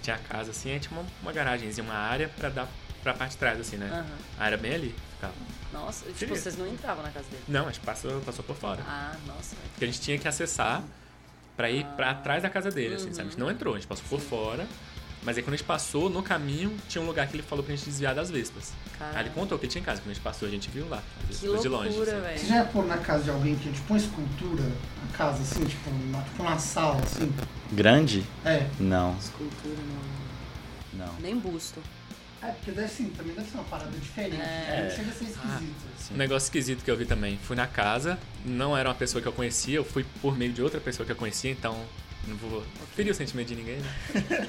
E: Tinha a casa assim, aí tinha uma, uma garagenzinha, uma área pra dar pra parte de trás, assim, né?
D: Aham.
E: A área bem ali. Ficava.
D: Nossa, tipo,
E: Queria.
D: vocês não entravam na casa dele.
E: Não, a gente passou, passou por fora.
D: Ah, nossa. velho.
E: Porque a gente tinha que acessar pra ir
D: Ah.
E: pra trás da casa dele, assim, sabe? A gente
D: Uhum.
E: não entrou, a gente passou por fora. Mas aí quando a gente passou, no caminho, tinha um lugar que ele falou pra gente desviar das vespas.
D: Caralho.
E: Aí Ah, ele contou que ele tinha em casa. Quando a gente passou, a gente viu lá.
D: Ah.
E: as
D: Que
E: vespas de longe.
D: loucura,
E: assim.
B: Você
D: velho.
B: já pôr na casa de alguém que é tipo uma escultura, a casa assim, tipo uma, tipo uma sala assim?
C: Grande?
B: É.
C: Não,
D: Escultura, não.
C: não.
D: Nem busto.
B: É, porque deve sim, também deve ser uma parada diferente. né?
D: É.
B: Não chega a ser esquisito.
C: é
E: Um negócio esquisito que eu vi também. Fui na casa, não era uma pessoa que eu conhecia, eu fui por meio de outra pessoa que eu conhecia, então não vou ferir o sentimento de ninguém, né?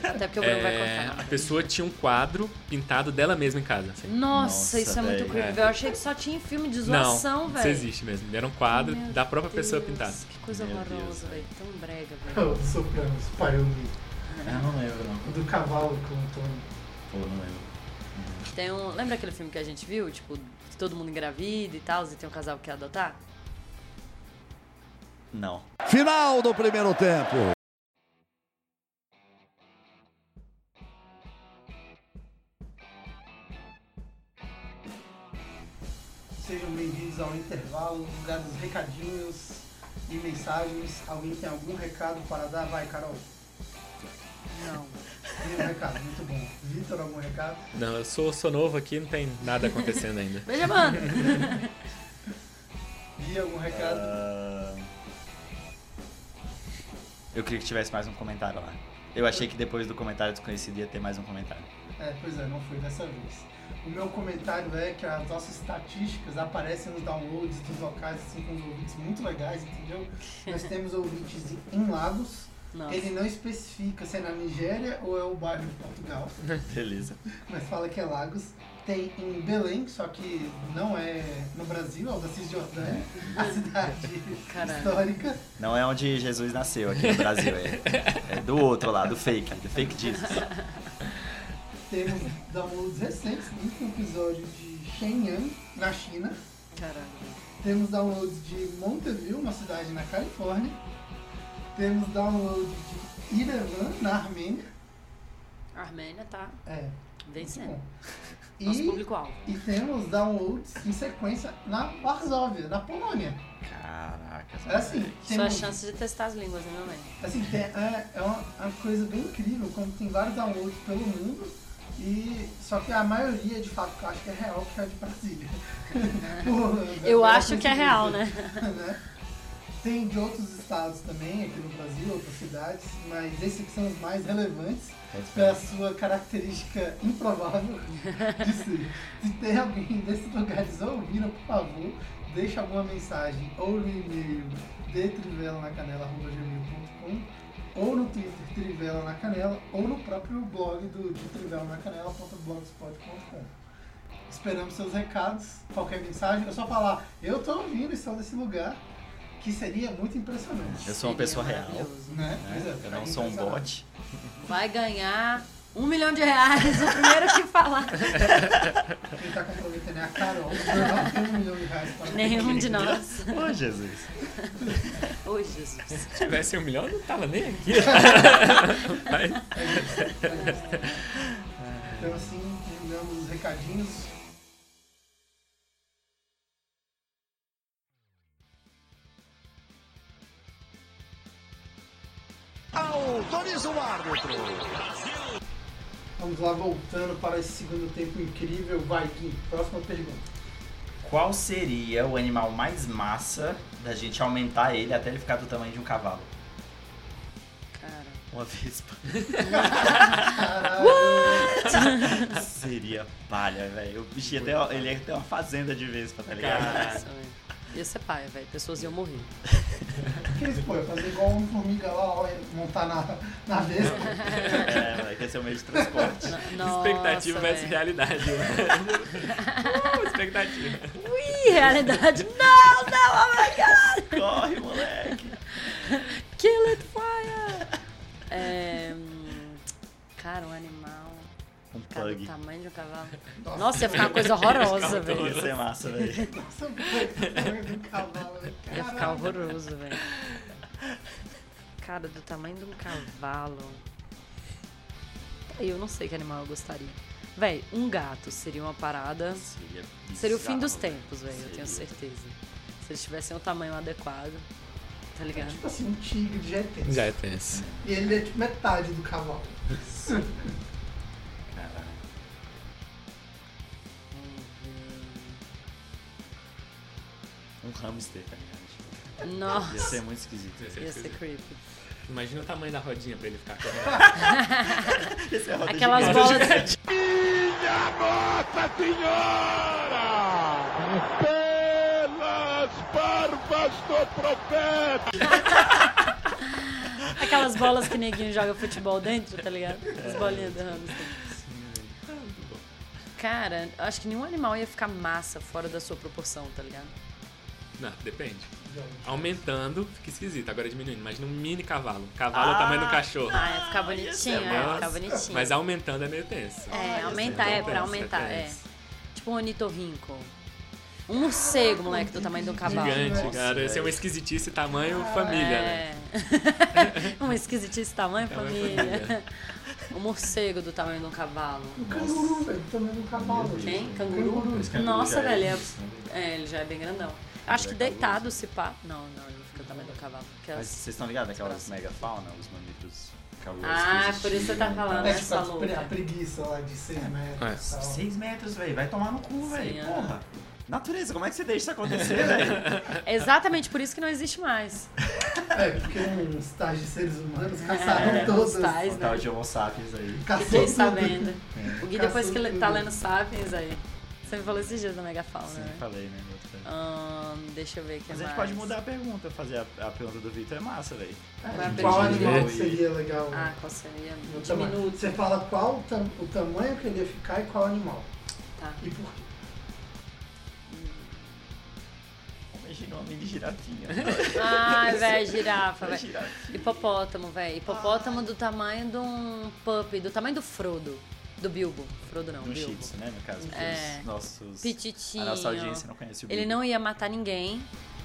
D: Até porque o Bruno vai
E: É,
D: cortar.
E: a
D: não.
E: pessoa tinha um quadro pintado dela mesma em casa. assim.
D: Nossa,
C: Nossa,
D: isso é muito
C: velho.
D: creepy. velho. Eu achei que só tinha em filme de
E: Não,
D: zoação,
E: isso
D: velho.
E: existe mesmo. Era um quadro
D: Meu
E: da própria pessoa
D: Deus,
E: pintada.
D: Que coisa
C: Meu
D: horrorosa,
C: Deus,
D: velho. Tão brega, velho.
B: O Soprano, espalhou
C: Eu É, não lembro, não.
B: do cavalo com o Tony.
C: Pô, não lembro.
D: Tem um. Lembra aquele filme que a gente viu? Tipo, que todo mundo engravida e tal, e tem um casal que quer adotar?
C: Não.
F: Final do primeiro tempo.
B: Sejam bem-vindos ao intervalo, um lugar dos recadinhos e mensagens. Alguém tem algum recado para dar? Vai, Carol.
D: Não.
B: Nenhum recado, muito bom. Vitor, algum recado?
E: Não, eu sou, sou novo aqui, não tem nada acontecendo ainda.
D: Veja, mano.
B: Gui, algum recado?
C: Ah, Eu queria que tivesse mais um comentário lá. Eu achei que depois do comentário desconhecido ia ter mais um comentário.
B: É, pois é, não foi dessa vez. O meu comentário é que as nossas estatísticas aparecem nos downloads dos locais, assim, com os ouvintes muito legais, entendeu? Nós temos ouvintes em Lagos,
D: Nossa.
B: Ele não especifica se é na Nigéria ou é o bairro de Portugal,
C: Beleza.
B: mas fala que é Lagos. Tem em Belém, só que não é no Brasil, é o da Cisjordânia, a cidade
D: Caralho.
B: histórica.
C: Não é onde Jesus nasceu aqui no Brasil, é, é do outro lá, do fake, do fake Jesus.
B: Temos downloads recentes, um episódio de Shenyang, na China.
D: Caralho.
B: Temos downloads de Monteville, uma cidade na Califórnia. Temos download de Yerevan, na Armênia.
D: A Armênia tá
B: É,
D: vencendo.
B: bom.
D: Nosso
B: E,
D: público-alvo.
B: e temos downloads em sequência na Varsóvia, na Polônia.
C: Caraca,
B: É assim,
D: Só a
B: temos,
D: chance de testar as línguas, né, meu mãe?
B: assim tem- é, é uma, uma coisa bem incrível, como tem vários downloads pelo mundo, e só que a maioria, de fato, que eu acho que é real, que é de Brasília. Pô,
D: Eu
B: é uma
D: acho que é
B: coisa
D: real,
B: incrível.
D: né?
B: né? Tem de outros estados também, aqui no Brasil, outras cidades, mas esses aqui são os mais relevantes pela sua característica improvável de ser. Se tem alguém desses lugares ouvindo, por favor, deixe alguma mensagem ou no e-mail de trivelanacanela.gmail.com ou no Twitter Trivela na Canela ou no próprio blog do de trivelanacanela.blogspot.com Esperamos seus recados, qualquer mensagem, é só falar, eu tô ouvindo, estou nesse lugar, que seria muito impressionante.
C: Eu sou uma pessoa real,
D: Maravilhoso.
B: Né? Pois é,
C: né? Eu
B: seria
C: não sou um
B: impressionante.
C: bot.
D: Vai ganhar um milhão de reais, o primeiro que falar.
B: Quem tá comprometendo é a Carol, não tem um milhão de reais para
D: Nenhum de nós.
C: Ô, Jesus.
D: Ô, Oh, Jesus.
E: Se tivesse um milhão, eu não tava nem aqui. Mas,
B: Então assim, terminamos os recadinhos.
F: Autoriza o árbitro.
B: Vamos lá, voltando para esse segundo tempo incrível. Vai, Gui, próxima pergunta.
C: Qual seria o animal mais massa da gente aumentar ele até ele ficar do tamanho de um cavalo?
D: Cara.
C: Uma vespa. Seria palha, velho. O bicho ia ter, uma- ele ia ter uma fazenda de vespa, tá ligado?
D: Nossa, velho. Ia ser paia, velho. Pessoas iam morrer.
B: Que eles pô, fazer igual um formiga lá, ó, montar na, na vespa.
C: É, velho, quer ser o meio de transporte.
D: Nossa,
E: expectativa versus
D: velho.
E: realidade. Uh, expectativa.
D: Ui, realidade. Não, não, oh my God.
C: Corre, moleque.
D: Kill it, fire! É, hum, cara, um animal.
C: Um
D: Cara, do
C: plug.
D: tamanho de um cavalo. Nossa, ia ficar uma coisa horrorosa,
C: Ia
D: velho.
C: ser massa, velho.
B: Nossa, pô, do cavalo. né?
D: Ia
B: Caralho.
D: ficar horroroso, velho. Cara, do tamanho de um cavalo. Eu não sei que animal eu gostaria. Véi, um gato seria uma parada.
C: Seria,
D: Seria o
C: bizarro,
D: fim dos
C: velho.
D: tempos, velho, eu tenho
C: Seria.
D: certeza. Se eles tivessem o tamanho adequado, tá ligado?
B: Tipo assim, um tigre de GT.
E: Já é tenso.
B: E ele é tipo metade do cavalo.
C: Um hamster, tá ligado? Tipo, Ia
D: Nossa,
C: ser muito esquisito.
D: ia ser creepy.
E: Imagina o tamanho da rodinha pra ele ficar correndo.
C: Esse é roda
D: Aquelas
C: gigante.
D: bolas. Aquelas bolas que neguinho joga futebol dentro, tá ligado? As bolinhas do hamster. Cara, eu acho que nenhum animal ia ficar massa fora da sua proporção, tá ligado?
E: Não, depende. Aumentando, fica esquisito. Agora diminuindo. Imagina um mini cavalo. Cavalo é o tamanho do cachorro.
D: Ah, ia ficar bonitinho, é, ia ficar
E: massa.
D: bonitinho.
E: Mas aumentando é meio tenso.
D: É, aumentar, é, pra aumentar, é. Tipo um anitorrinco. Um morcego, moleque, do tamanho de um cavalo.
E: Gigante,
C: Nossa,
E: cara. Esse é uma
C: velho.
E: esquisitice tamanho família, né? É
D: É. um esquisitice tamanho,
E: Tamanho
D: família. Um morcego do tamanho de um cavalo.
B: Um canguru, velho, do tamanho do é um cavalo.
D: Quem? Canguru?
C: Esse canguru
D: Nossa,
C: já é
D: velho.
C: isso, né?
D: É... é, ele já é bem grandão. Eu acho que deitado se pá. Não, não, ele não fica do tamanho do cavalo. é porque
C: Mas
D: elas-
C: vocês estão ligados aquelas
D: Próximo.
C: megafauna, os mamíferos calouros
D: Ah,
C: que
D: por isso você tá
C: existiam,
D: falando
B: É
C: então.
D: essa
B: tipo a, pre-
D: louca.
B: a preguiça lá de 6 metros e
E: É.
B: tal.
C: Seis metros, velho. Vai tomar no cu,
D: Sim,
C: velho.
D: é.
C: Porra. Natureza, como é que você deixa isso acontecer, velho?
D: É exatamente por isso que não existe mais.
B: É, porque uns tais de seres humanos caçaram
D: É,
B: todos.
D: os tais,
C: O
D: né?
C: tal de homo sapiens aí.
B: Caçou
D: Fiquei
B: tudo.
C: É.
D: sabendo. O Gui, depois
B: Caçou
D: que
B: tudo.
D: tá lendo Sapiens aí, você Você me falou esses dias da megafauna,
C: Sim,
D: né?
C: falei, né? no outro cara.
D: Ahn, deixa eu ver o que
C: Mas a
D: mais.
C: gente pode mudar a pergunta, fazer a, a pergunta do Vitor é massa, velho.
D: Vai
B: Qual
D: aprender.
B: animal que seria legal?
D: Ah, qual seria?
B: no tamanho?
D: Diminuto.
B: Você fala qual o tam- o tamanho que ele ia ficar e qual animal.
D: Tá.
B: E por quê?
C: Imagina um homem de girafinha.
D: Ai, velho, girafa,
C: Uma
D: velho.
C: girafinha.
D: Hipopótamo, velho. Hipopótamo do tamanho de um puppy, do tamanho do Frodo. Do Bilbo. Frodo não,
C: Um shih
D: Bilbo.
C: tzu, né, no caso. porque
D: É.
C: Os nossos...
D: Pititinho.
C: A nossa audiência não conhece o
D: Ele
C: Bilbo.
D: não ia matar ninguém.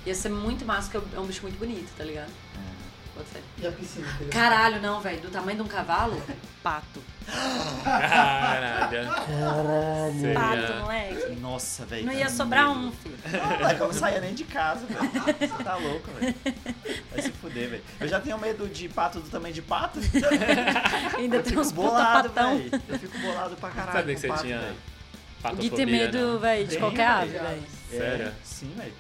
D: Ia ser muito massa, porque é um bicho muito bonito, tá ligado?
C: É.
D: Bota fé.
B: E a piscina? que ele-
D: Caralho, não, velho. Do tamanho de um cavalo, pato.
E: Ah, Caralho.
D: Pato,
E: Seria...
D: moleque.
C: Nossa, velho.
D: Não
C: tá
D: ia
C: no
D: sobrar
C: meio.
D: um, filho.
C: Não, moleque, eu não saía nem de casa, velho. Você tá louco, velho. Vai se fuder, velho. Eu já tenho medo de pato do tamanho de pato.
D: Ainda
C: Eu
D: tem
C: fico
D: uns puta
C: bolado,
D: patão.
C: velho. Eu fico bolado pra caralho.
E: Sabia que
C: com
E: você
C: pato,
E: tinha
C: velho.
D: O Gui
E: patofobia, né?
D: tem medo,
E: não?
D: velho, de
C: né? Tem,
D: qualquer ave,
B: velho.
D: velho.
C: É,
E: Sério?
C: Sim, velho.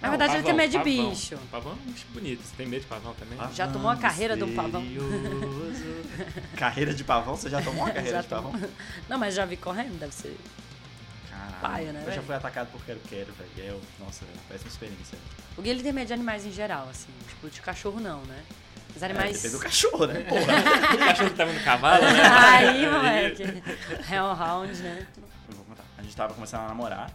D: Na verdade, ele tem medo de
E: pavão.
D: bicho.
E: Pavão é um bicho bonito. Você tem medo de pavão também?
C: Ah.
D: Já tomou a carreira do pavão?
C: Misterioso. Carreira de pavão? Você já tomou a carreira
D: Já
C: de pavão?
D: Não, mas já vi correndo, deve ser.
C: Caralho.
D: Paia, né,
C: Eu já
D: velho?
C: fui atacado por quero-quero, velho. E aí Eu, nossa, velho, péssima experiência.
D: O Gui ele tem medo de animais em geral, assim. Tipo, de cachorro não, né? Mas
C: É,
D: animais.
C: depende do cachorro, né? Porra.
E: O cachorro que tava no cavalo, né?
D: Aí, moleque. Hellhound, né?
C: Eu vou contar. A gente tava começando a namorar.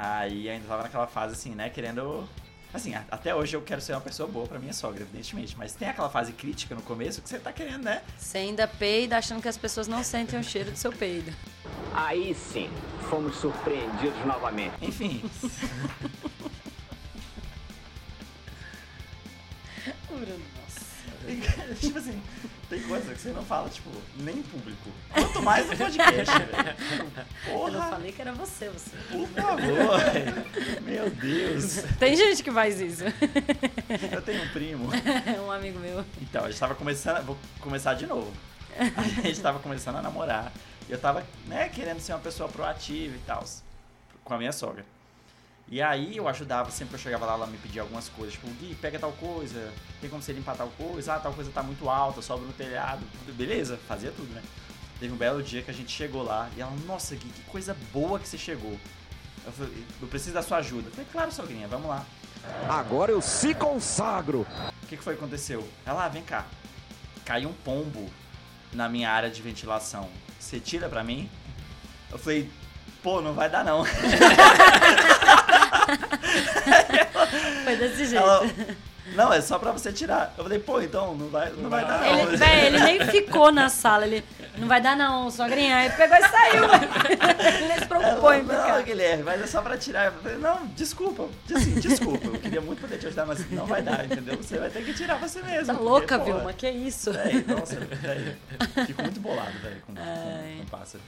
C: Aí ainda tava naquela fase assim, né? Querendo. Assim, a- até hoje eu quero ser uma pessoa boa pra minha sogra, evidentemente. Mas tem aquela fase crítica no começo que você tá querendo, né?
D: Você ainda peida achando que as pessoas não sentem o cheiro do seu peido.
I: Aí sim, fomos surpreendidos novamente.
C: Enfim.
D: Nossa.
C: tipo assim, tem coisa que você não fala, tipo, nem em público. Quanto mais no podcast, velho.
D: Eu não
C: Porra,
D: falei que era você, você.
C: por favor. velho. Meu Deus.
D: Tem gente que faz isso.
C: Eu tenho um primo.
D: um amigo meu.
C: Então, a gente tava começando. Vou começar de novo. A gente tava começando a namorar. E eu tava, né, querendo ser uma pessoa proativa e tal. Com a minha sogra. E aí eu ajudava, sempre que eu chegava lá, ela me pedia algumas coisas, tipo, Gui, pega tal coisa, tem como você limpar tal coisa, ah, tal coisa tá muito alta, sobe no telhado, beleza, fazia tudo, né? Teve um belo dia que a gente chegou lá e ela, nossa, Gui, que coisa boa que você chegou. Eu falei, eu preciso da sua ajuda. Eu falei, claro, sogrinha, vamos lá.
F: Agora eu se consagro.
C: O que, que foi que aconteceu? Ela, ah, vem cá. Caiu um pombo na minha área de ventilação. Você tira pra mim? Eu falei, pô, não vai dar não.
D: Foi desse jeito.
C: Ela, não, é só pra você tirar. Eu falei, pô, então não vai, não vai dar não.
D: Ele, véi, ele nem ficou na sala. Ele não vai dar, não, sogrinha. Aí pegou e saiu. ele nem se preocupou
C: Ela,
D: em
C: não,
D: ficar.
C: Guilherme, mas é só pra tirar. Eu falei, não, desculpa, assim, desculpa. Eu queria muito poder te ajudar, mas não vai dar, entendeu? Você vai ter que tirar você mesmo.
D: Tá
C: porque,
D: louca,
C: pô,
D: Vilma? Que isso?
C: Véi, nossa, véi, fico muito bolado, velho, com, com, com pássaro.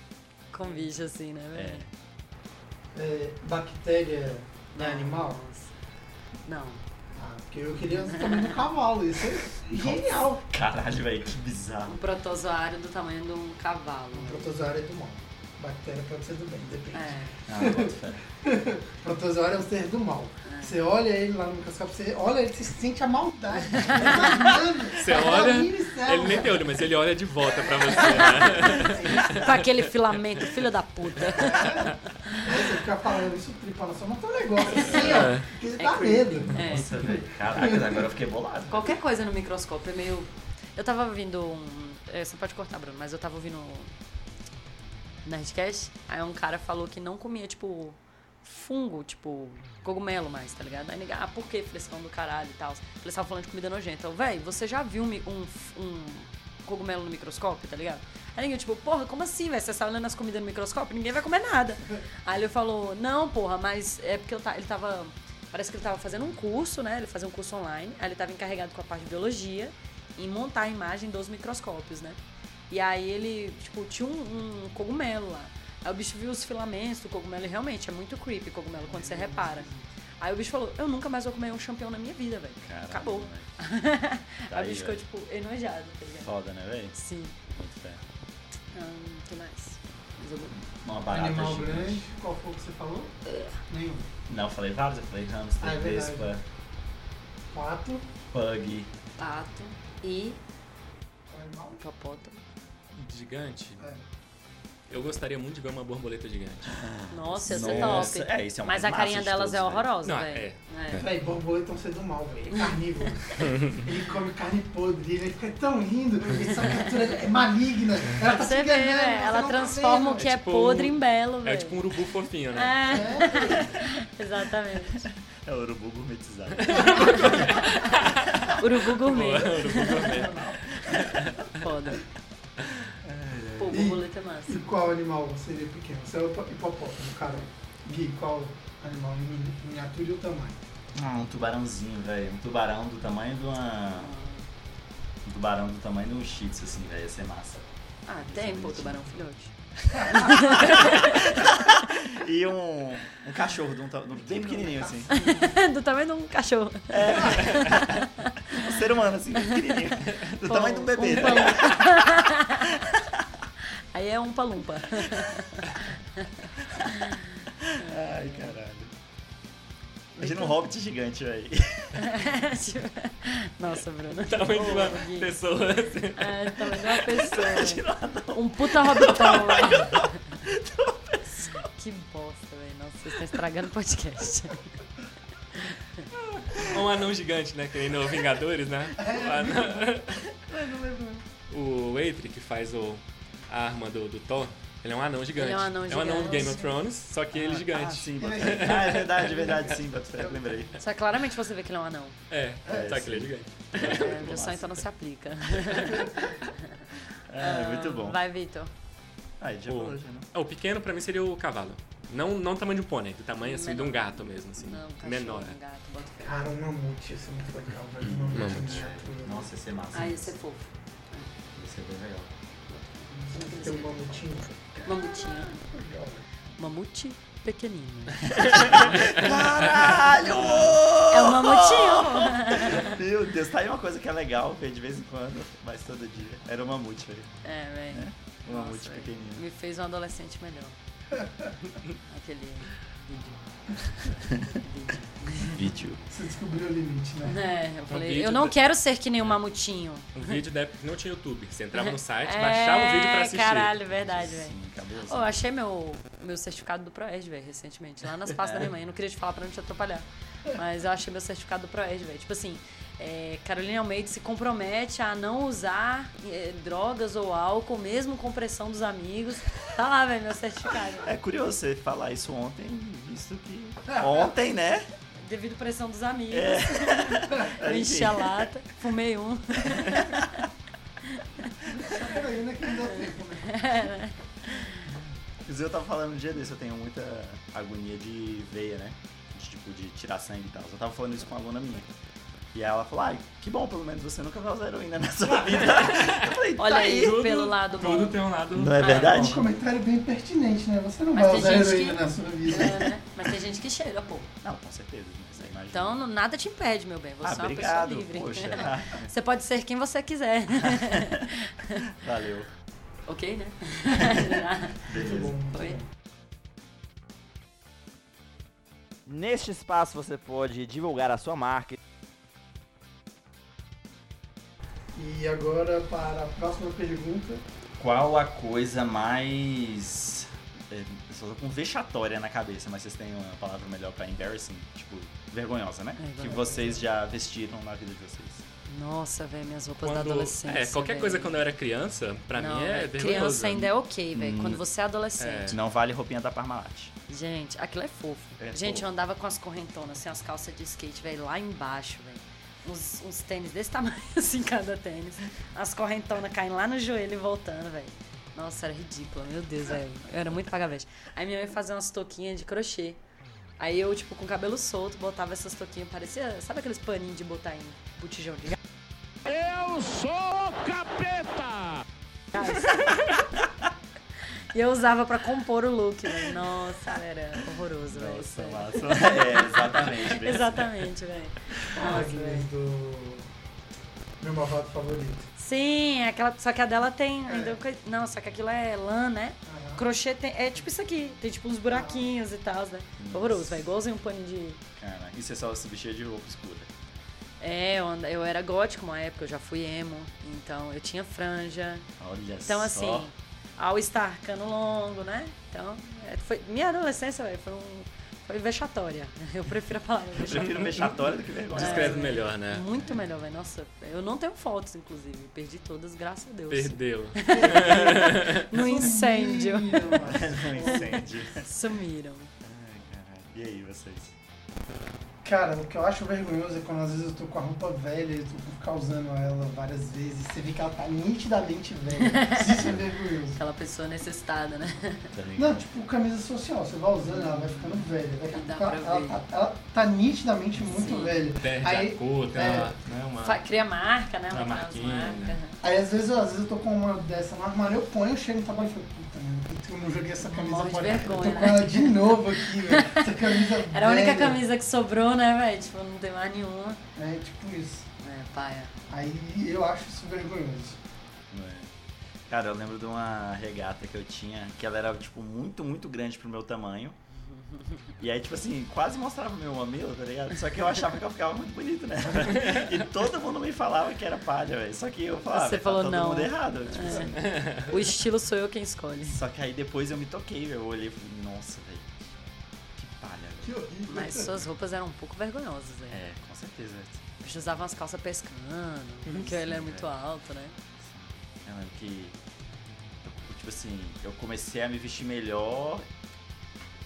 D: Com bicho assim, né,
C: É.
D: velho?
B: É, bactéria não é animal?
D: Nossa. Não.
B: Ah, porque eu queria o tamanho do cavalo. Isso é genial.
C: Caralho, velho, que bizarro.
D: Um protozoário do tamanho de um cavalo.
B: Protozoário é do mal. Bactéria pode ser do bem, depende.
D: É.
C: Ah, eu boto fé.
B: Protozoário é um ser do mal.
D: É.
B: Você olha ele lá no microscópio, você olha ele, você sente a maldade. Tá Você
E: Você olha,
B: né?
E: ele nem tem olho, mas ele olha de volta pra você.
D: Com aquele filamento, filho da puta.
B: Você fica falando isso, tripando só, mas tem um negócio
E: É.
B: assim, ó. Porque ele dá medo.
D: É.
C: Nossa, velho. Caraca, agora eu fiquei bolado.
D: Qualquer coisa no microscópio é meio. Eu tava ouvindo um. é, Você pode cortar, Bruno, mas eu tava ouvindo um Nerdcast. Aí um cara falou que não comia, tipo, fungo, tipo, cogumelo mais, tá ligado? Aí nega, ah, por que frescão do caralho e tal? Eles estavam falando de comida nojenta. Eu, véi, você já viu um, mi- um, f- um cogumelo no microscópio, tá ligado? Aí ninguém, tipo, porra, como assim, velho? Você sai olhando as comidas no microscópio, ninguém vai comer nada. Aí ele falou, não, porra, mas é porque eu ta- ele tava. Parece que ele tava fazendo um curso, né? Ele fazia um curso online. Aí ele tava encarregado com a parte de biologia em montar a imagem dos microscópios, né? E aí ele, tipo, tinha um, um cogumelo lá. Aí o bicho viu os filamentos do cogumelo e realmente é muito creepy cogumelo quando você repara. Aí o bicho falou, eu nunca mais vou comer um champignon na minha vida, velho.
C: Caralho,
D: Acabou.
C: velho.
D: aí
C: Daí,
D: o bicho ficou,
C: velho.
D: tipo, enojado, tá ligado?
C: Foda, né, velho?
D: Sim.
C: Muito fé.
D: Hum, que mais? Mas eu-
C: Uma barata
B: Animal
C: gigante.
B: grande, Ah, tá qual foi o que você falou?
D: É.
B: Nenhum.
C: Não, eu falei vários. Eu falei hamster,
B: Ah, é verdade.
C: vespa,
B: Pato.
C: pug.
D: Pato e
B: Animal.
D: Tá hipopótamo.
E: Gigante.
B: É.
E: Eu gostaria muito de ver uma borboleta gigante.
D: Nossa, essa
C: Nossa,
D: é top.
C: é, isso é um
D: Mas a
C: massa
D: carinha
C: de
D: delas
C: todos,
D: é
C: né?
D: horrorosa,
E: Não,
D: velho. É.
B: Véi, borboleta é um ser do mal, velho. Ele é carnívoro. ele come carne podre, ele fica tão lindo. Essa criatura é maligna. Ela tá se
D: Você vê,
B: enganando.
D: né?
B: você
D: Ela
B: não tá
D: transforma o
B: vendo.
D: que é,
E: tipo
D: podre
E: um-
D: em belo,
E: É
D: velho.
E: tipo um urubu fofinho, né?
D: É. Exatamente.
C: É o urubu gourmetizado.
D: Urubu
E: Boa,
D: gourmet.
E: Um urubu gourmet.
D: Foda. Pô, borboleta é massa.
B: E qual animal seria pequeno? Você é o hipopótamo, cara. Gui, qual animal em mini- miniatura e o tamanho?
C: Ah, um tubarãozinho, velho. Um tubarão do tamanho de uma. Um tubarão do tamanho de um shih tzu, assim, velho. Ia ser massa.
D: Ah, tem, pô, tubarão filhote.
C: E um, um cachorro de um, ta- de um- bem pequenininho, assim.
D: Do tamanho de um cachorro.
C: Um ser humano, assim, bem pequenininho. Do tamanho de um bebê,
D: Um
C: tá ligado?
D: palumpa. Aí é um palumpa.
C: Ai, caralho. Imagina um hobbit gigante, velho.
D: Nossa, Bruno.
E: Tamanho de
D: Pô,
E: uma
D: Gui.
E: pessoa. assim.
D: É, do tamanho de uma pessoa. Um puta robitão. velho. Que bosta, velho. Nossa, vocês estão estragando o podcast.
E: Um anão gigante, né? Que nem no Vingadores, né? O anão- O Eitri, que faz o, a arma do, do Thor, ele é um anão gigante.
D: Ele é um anão
E: do
D: gigante.
E: Game of Thrones, só que ele é
C: Ah,
E: gigante.
C: sim, bota fé. Ah, é verdade, é verdade, sim, bota fé, lembrei.
D: Só que claramente você vê que ele é um anão.
E: É,
C: É,
E: só que
C: sim.
E: ele é gigante.
D: É, a versão então não se aplica.
C: Ah, muito bom.
D: Vai, Vitor.
C: Ah, ele já falou, já, né?
E: Ah, o pequeno pra mim seria o cavalo. Não, não do tamanho de um pônei, do tamanho assim de um gato mesmo, assim.
D: Não, cachorro,
E: menor.
D: um gato, bota fé.
B: Cara, um mamute. Isso é muito legal, velho. Um mamute.
E: Mamute.
B: miniatura.
C: Nossa, ia ser massa.
D: Ah, esse é fofo.
C: Ia ser bem legal.
B: Tem um mamutinho.
D: Mamutinho. Mamute pequenino. Caralho! É o mamutinho.
C: Meu Deus, tá aí uma coisa que é legal ver de vez em quando, mas todo dia. Era um mamute, velho.
D: É, velho.
C: Um
D: Nossa,
C: mamute
D: velho.
C: pequenininho.
D: Me fez um adolescente melhor. Aquele vídeo. vídeo.
C: Vídeo.
B: Você descobriu o limite, né?
D: É, eu falei,
E: vídeo
D: eu não
E: da-
D: quero ser que nem um mamutinho.
E: Um vídeo da época que não tinha YouTube. Você entrava no site,
D: É,
E: baixava o um vídeo pra assistir.
D: Caralho, verdade, velho.
C: Sim, cabelo.
D: Ô, eu achei meu, meu certificado do ProEd, velho, recentemente, lá nas pastas da minha mãe. Eu não queria te falar pra não te atrapalhar. Mas eu achei meu certificado do ProEd, velho. Tipo assim, é, Carolina Almeida se compromete a não usar é, drogas ou álcool, mesmo com pressão dos amigos. Tá lá, velho, meu certificado.
C: É curioso você falar isso ontem, visto que. Ontem, né?
D: Devido à pressão dos amigos. eu
C: Enfim.
D: enchi a lata, fumei um.
B: Peraí, né? Que não dá tempo, né?
C: Inclusive, eu tava falando um dia desse, eu tenho muita agonia de veia, né? De, tipo, de tirar sangue e tal. Eu tava falando isso com uma aluna minha. E ela falou, ai, que bom, pelo menos você nunca vai usar heroína na sua vida. Eu falei,
D: Olha
C: tá
D: aí,
C: aí.
D: pelo lado bom.
E: Tudo tem um lado.
C: Não é
E: Ah,
C: verdade?
B: Um comentário bem pertinente, né? Você não
D: Mas
B: vai
D: tem
B: usar
D: gente
B: heroína
D: que-
B: na sua vida.
D: É, né? Mas tem gente que cheira, pô.
C: é?" Não, com certeza, mas aí imagina.
D: Então não- nada te impede, meu bem. Você
C: ah,
D: é uma
C: obrigado,
D: pessoa livre.
C: poxa. Ah,
D: Você pode ser quem você quiser.
C: valeu.
D: ok, né?
B: tá
C: Beleza.
D: Oi?
J: Neste espaço você pode divulgar a sua marca.
B: E agora para a próxima pergunta.
C: Qual a coisa mais. é, Eu só tô com vexatória na cabeça, mas vocês têm uma palavra melhor pra embarrassing? Tipo, vergonhosa, né?
D: Vergonhosa.
C: Que vocês já vestiram na vida de vocês.
D: Nossa, velho, minhas roupas da
E: Quando,
D: adolescência.
E: é, qualquer
D: velho.
E: coisa quando eu era criança, pra
D: Não,
E: mim é
D: velho,
E: vergonhoso.
D: Criança ainda é ok, velho.
C: Hum.
D: Quando você é adolescente.
C: Não vale roupinha da Parmalat.
D: Gente, aquilo é fofo.
C: É
D: Gente,
C: fofo.
D: eu andava com as correntonas, assim, as calças de skate, velho, lá embaixo, velho. Uns, uns tênis desse tamanho, assim, cada tênis. As correntonas caindo lá no joelho e voltando, velho. Nossa, era ridícula, meu Deus, velho. Eu era muito pagavete. Aí minha mãe fazia umas touquinhas de crochê. Aí eu, tipo, com o cabelo solto, botava essas touquinhas, parecia, sabe aqueles paninhos de botar em botijão de gás?
F: Eu sou o capeta!
D: E eu usava pra compor o look, velho. Nossa, era horroroso, velho.
C: Nossa,
D: sério.
C: massa. É, exatamente. bem
D: Exatamente, velho.
B: Ah, do meu malvado favorito.
D: Sim, é aquela, só que a dela tem ainda. coi- Não, só que aquilo é lã, né?
B: Aham.
D: Crochê tem, é tipo isso aqui, tem tipo uns buraquinhos e tal, né? Horroroso, vai igualzinho um pano de.
C: assim. Cara, e você só se vestia de roupa escura.
D: É, eu, and- eu era gótico uma época, eu já fui emo, então eu tinha franja.
C: Olha
D: Então,
C: só.
D: assim, All Star, cano longo, né? Então, é, foi, minha adolescência, velho, foi, um, foi vexatória. Eu prefiro a palavra
C: Eu prefiro
D: vexatória.
C: vexatória do que vergonha.
E: Descreve melhor, né?
D: Muito melhor, velho. Nossa, eu não tenho fotos, inclusive. Perdi todas, graças a Deus.
E: Perdeu.
D: No incêndio.
C: Não incêndio.
D: Sumiram.
C: Ai, caralho. E aí, vocês?
B: Cara, o que eu acho vergonhoso é quando às vezes eu tô com a roupa velha e eu vou ficar usando ela várias vezes. Você vê que ela tá nitidamente velha. Isso é vergonhoso.
D: Aquela pessoa necessitada, né?
B: Não, tipo camisa social, você vai usando, ela vai ficando velha. Daqui a
D: Dá
B: pouco
D: pra
B: ela, ela
D: ver.
B: tá, ela tá nitidamente muito
D: Sim.
B: velha.
E: Perde
B: Aí-
E: a cor, tem
B: é.
E: uma, né, uma-
D: Fa- Cria marca, né?
E: Uma
D: Uma
E: marquinha,
D: marca.
E: né?
B: Aí às vezes, eu, às vezes eu tô com uma dessa no armário, eu ponho, eu chego no trabalho e falo, puta, mano, eu não joguei essa camisa
D: Morre de
B: fora. eu
D: vergonha,
B: tô com
D: né?
B: ela de novo aqui, velho. Essa camisa
D: Era a única
B: velha.
D: camisa que sobrou, né, velho? Tipo, não tem mais nenhuma.
B: É, tipo isso.
D: É, paia.
B: Aí eu acho isso vergonhoso.
C: Não é. Cara, eu lembro de uma regata que eu tinha, que ela era, tipo, muito, muito grande pro meu tamanho. E aí, tipo assim, quase mostrava meu mamilo, tá ligado? Só que eu achava que eu ficava muito bonito, né? E todo mundo me falava que era palha, velho. Só que eu falava,
D: Você
C: tá
D: falou
C: todo
D: não. É.
C: mundo errado. Tipo assim.
D: O estilo sou eu quem escolhe.
C: Só que aí depois eu me toquei, velho. Eu olhei e falei, nossa, velho. Que palha, velho.
B: Que horrível.
D: Mas suas roupas eram um pouco vergonhosas, né?
C: É, com certeza. velho.
D: A gente usava umas calças pescando, porque ele era muito alto, né?
C: Eu lembro É, que. eu, tipo assim, eu comecei a me vestir melhor,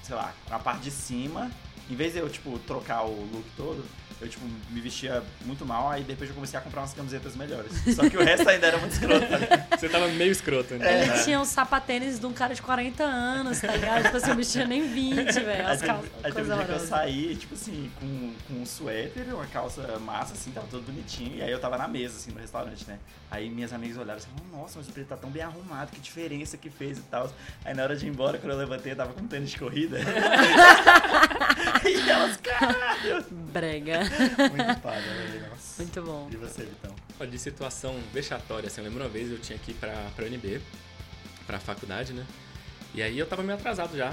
C: sei lá, com a parte de cima. Em vez de eu, tipo, trocar o look todo, eu, tipo, me vestia muito mal, aí depois eu comecei a comprar umas camisetas melhores. Só que o resto ainda era muito escroto. tá ligado?
E: Você tava meio escroto, né?
B: É.
D: Ele tinha um sapatênis de um cara de 40 anos, tá ligado? Tipo assim, o bicho tinha nem 20, velho.
C: Aí
D: As
C: teve,
D: calças,
C: aí teve
D: coisa
C: um dia que eu
D: horrorosa.
C: saí, tipo assim, com, com um suéter, uma calça massa, assim, tava todo bonitinho. E aí eu tava na mesa, assim, no restaurante, né? Aí minhas amigas olharam assim, "Oh, nossa, mas o preto tá tão bem arrumado, que diferença que fez e tal. Aí na hora de ir embora, quando eu levantei, eu tava com um tênis de corrida. e elas, caralho!
D: Brega.
C: Muito paga, velho, nossa.
D: Muito bom.
C: E você, então? Vitão?
E: Ó, De situação vexatória, assim, eu lembro uma vez eu tinha que ir pra, pra UNB, pra faculdade, né? E aí eu tava meio atrasado já.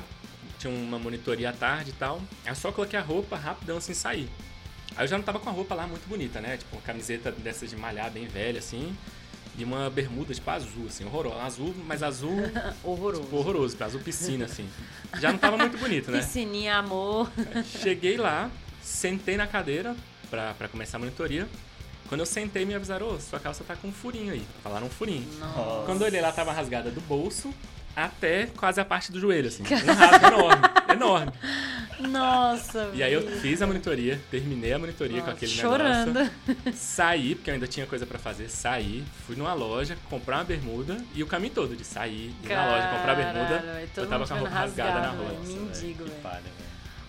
E: Tinha uma monitoria à tarde e tal. Aí eu só coloquei a roupa rapidão assim sair. Aí eu já não tava com a roupa lá muito bonita, né? Tipo, uma camiseta dessas de malhar bem velha, assim. E uma bermuda, tipo, azul, assim, horrorosa. Azul, mas azul
D: Horroroso.
E: tipo, horroroso, tipo, azul piscina, assim. Já não tava muito bonito, né?
D: Piscininha, amor.
E: Cheguei lá, sentei na cadeira pra, pra começar a monitoria. Quando eu sentei, me avisaram, ô, sua calça tá com um furinho aí. Falaram um furinho.
C: Nossa.
E: Quando eu olhei, ela tava rasgada do bolso até quase a parte do joelho, assim. Um rasgo enorme, enorme.
D: Nossa,
E: E aí eu
D: velho.
E: fiz a monitoria, terminei a monitoria com
D: Nossa,
E: aquele
D: Chorando.
E: negócio. Saí, porque eu ainda tinha coisa pra fazer, saí, fui numa loja, comprar uma bermuda e o caminho todo de sair, ir na loja, comprar a
D: Caralho,
E: bermuda.
D: velho, todo
E: Eu tava
D: mundo
E: com a
D: vendo
E: roupa rasgada na
D: rasgado, né?
E: rua.
D: velho. Mendigo,
C: que
D: velho.
C: palha, velho.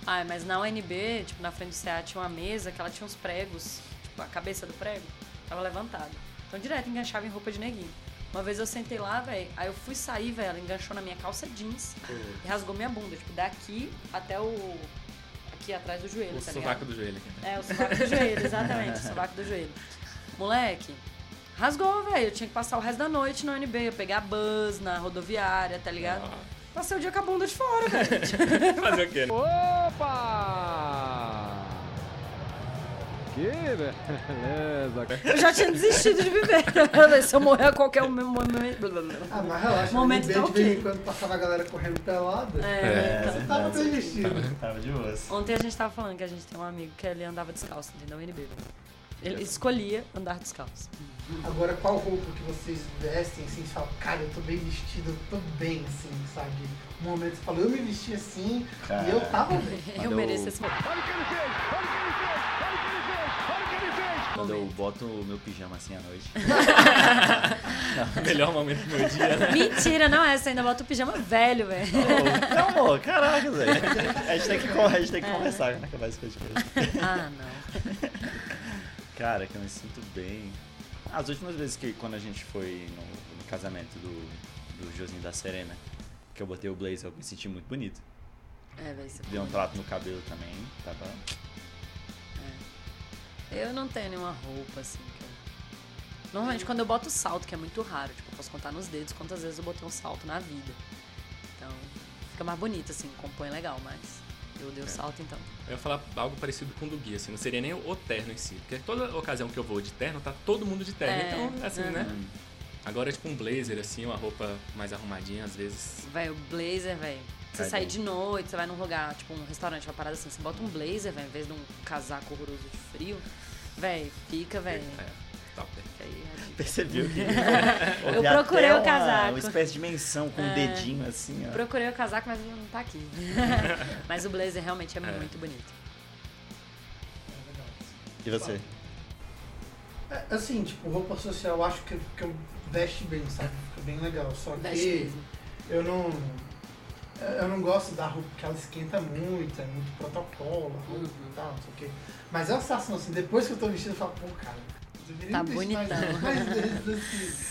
D: Ah, mas na UNB, tipo, na frente do CA tinha uma mesa que ela tinha uns pregos, tipo, a cabeça do prego tava levantada. Então direto enganchava em roupa de neguinho. Uma vez eu sentei lá, velho, aí eu fui sair, velho, ela enganchou na minha calça jeans e rasgou minha bunda, tipo, daqui até o. aqui atrás do joelho,
E: O
D: tá
E: sovaco
D: ligado?
E: do joelho. aqui.
D: É, o sovaco do joelho, exatamente, o sovaco do joelho. Moleque, rasgou, velho, eu tinha que passar o resto da noite na UNB, eu pegar bus na rodoviária, tá ligado? Passei o dia com a bunda de fora, velho.
E: Fazer o quê? né?
F: Opa! Que beleza!
D: Eu já tinha desistido de viver. Se eu morrer a qualquer momento.
B: Ah, mas relaxa,
D: Momento
B: no
D: tá
B: eBay, de vez
D: ok.
B: em quando passava a galera correndo pelada.
D: É, então,
B: Você tava bem vestido.
C: Tava de assim? osso.
D: Ontem a gente tava falando que a gente tem um amigo que ele andava descalço, entendeu? NB. Ele escolhia andar descalço.
B: Agora, qual roupa que vocês vestem, assim, você fala, cara, eu tô bem vestido, eu tô bem, assim, sabe? Um momento você fala, eu me vesti assim e eu tava bem.
D: Eu
C: Mandou-
D: mereço esse momento.
F: Olha o que ele fez! Olha o que ele fez! Olha o que ele fez! Olha o que ele fez!
C: Quando eu boto o meu pijama assim à noite.
E: Melhor momento do meu dia, né?
D: Mentira, não é essa. Ainda bota o pijama velho, velho.
C: Não, amor, caraca, velho. A gente tem que, con- a gente tem
D: É.
C: que é conversar quando acabar esse podcast.
D: Ah, não.
C: Cara, que eu me sinto bem. As últimas vezes que quando a gente foi no, no casamento do, do Josinho da Serena, que eu botei o blazer, eu me senti muito bonito.
D: É, velho, isso é
C: Dei um
D: bom.
C: trato no cabelo também, tava...
D: Eu não tenho nenhuma roupa assim. que eu- Normalmente quando eu boto salto, que é muito raro, tipo, eu posso contar nos dedos quantas vezes eu botei um salto na vida. Então, fica mais bonito, assim, compõe legal, mas eu
E: É.
D: dei o salto então.
E: Eu ia falar algo parecido com o do Gui, assim, não seria nem o terno em si. Porque toda ocasião que eu vou de terno, tá todo mundo de terno.
D: É,
E: então, assim, né? Agora é tipo um blazer, assim, uma roupa mais arrumadinha, às vezes.
D: Vai, o blazer, velho. Você
E: Cai
D: sair
E: bem.
D: de noite, você vai num lugar, tipo um restaurante, uma parada assim, você bota um blazer, velho, em vez de um casaco horroroso de frio, velho, fica, velho.
E: É, top.
D: Fica aí a dica.
C: Percebeu que.
D: Eu
C: Houve até
D: procurei o
C: uma-
D: casaco.
C: Uma espécie de menção com o
D: É.
C: dedinho assim, ó.
D: Procurei o casaco, mas ele não tá aqui. mas o blazer realmente é, muito bonito.
C: E você?
B: É, Assim, tipo, roupa social eu acho que, que eu veste bem, sabe? Fica bem legal. Só que
D: Veste mesmo.
B: eu não. Eu não gosto da roupa porque ela esquenta muito, é muito protocolo, a roupa e tal, não sei o quê. Mas é uma sensação assim, depois que eu tô vestido, eu falo, pô, cara, eu deveria
D: Tá
B: me vestir mais-
D: bonitão.
B: Mais vezes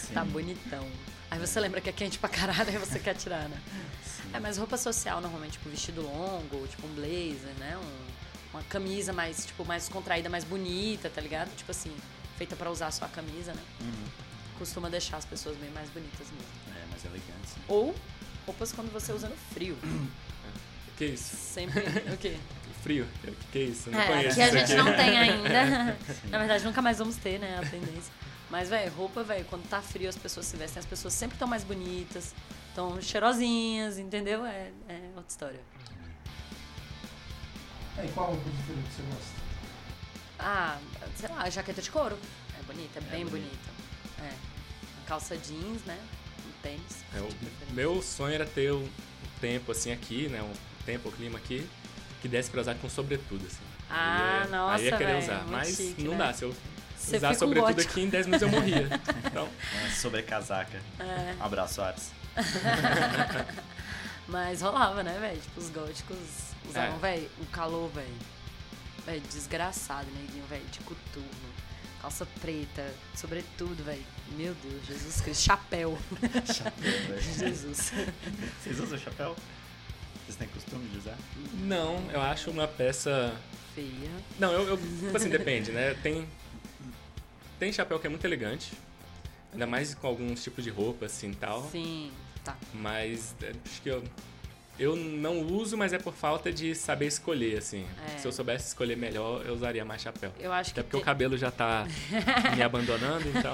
B: assim.
D: Tá bonitão. Aí você lembra que é quente pra caralho, aí você quer tirar, né? É, mas roupa social normalmente, tipo vestido longo, tipo um blazer, né? Um- uma camisa mais, tipo, mais contraída, mais bonita, tá ligado? Tipo assim, feita pra usar só a camisa, né? Costuma deixar as pessoas bem mais bonitas mesmo.
C: É, mais elegante. sim.
D: Ou roupas quando você usa no frio.
E: Que é isso?
D: Sempre. O quê?
E: Frio? Eu- Que isso? Eu Não
D: É,
E: conheço né?
D: que a
E: isso
D: gente
E: aqui.
D: não tem ainda. Na verdade, nunca mais vamos ter, né? A tendência. Mas, velho, roupa, velho, quando tá frio, as pessoas se vestem, as pessoas sempre estão mais bonitas, estão cheirosinhas, entendeu? É, é outra história.
B: É, e qual roupa de frio que você gosta?
D: Ah, sei lá, jaqueta de couro. É bonita, é, bem
C: bonito.
D: bonita. É. Uma Calça jeans, né? Um tênis.
E: É,
D: de
E: o
D: preferência.
E: meu sonho era ter um um tempo assim aqui, né? Um tempo, um clima aqui, que desse pra usar com sobretudo, assim.
D: Ah,
E: Aí é-
D: nossa,
E: Aí ia querer
D: véi,
E: usar,
D: muito
E: mas
D: chique,
E: não
D: né?
E: dá. Se eu
D: Você
E: usar
D: fica um
E: sobretudo é
D: gótico.
E: aqui, em 10 minutos eu morria. Então,
C: Uma sobrecasaca.
D: É.
C: Um abraço, Ares.
D: Mas rolava, né, velho? Tipo, os góticos usavam,
E: É.
D: velho, o calor, velho. Velho, desgraçado, neguinho, velho, de coturno. Calça preta, sobretudo, velho. Meu Deus, Jesus Cristo. Chapéu. né?
C: Chapéu, velho.
D: Jesus.
C: Vocês usam chapéu? Vocês têm costume de usar?
E: não, eu acho uma peça
D: Feia.
E: Não, eu, eu tipo assim, depende, né? Tem tem chapéu que é muito elegante, ainda mais com alguns tipos de roupa assim, tal,
D: Sim, tá.
E: mas é, acho que eu eu não uso, mas é por falta de saber escolher, assim.
D: É.
E: Se eu soubesse escolher melhor, eu usaria mais chapéu.
D: Eu acho que
E: Até porque o
D: tem-
E: cabelo já tá me abandonando, então.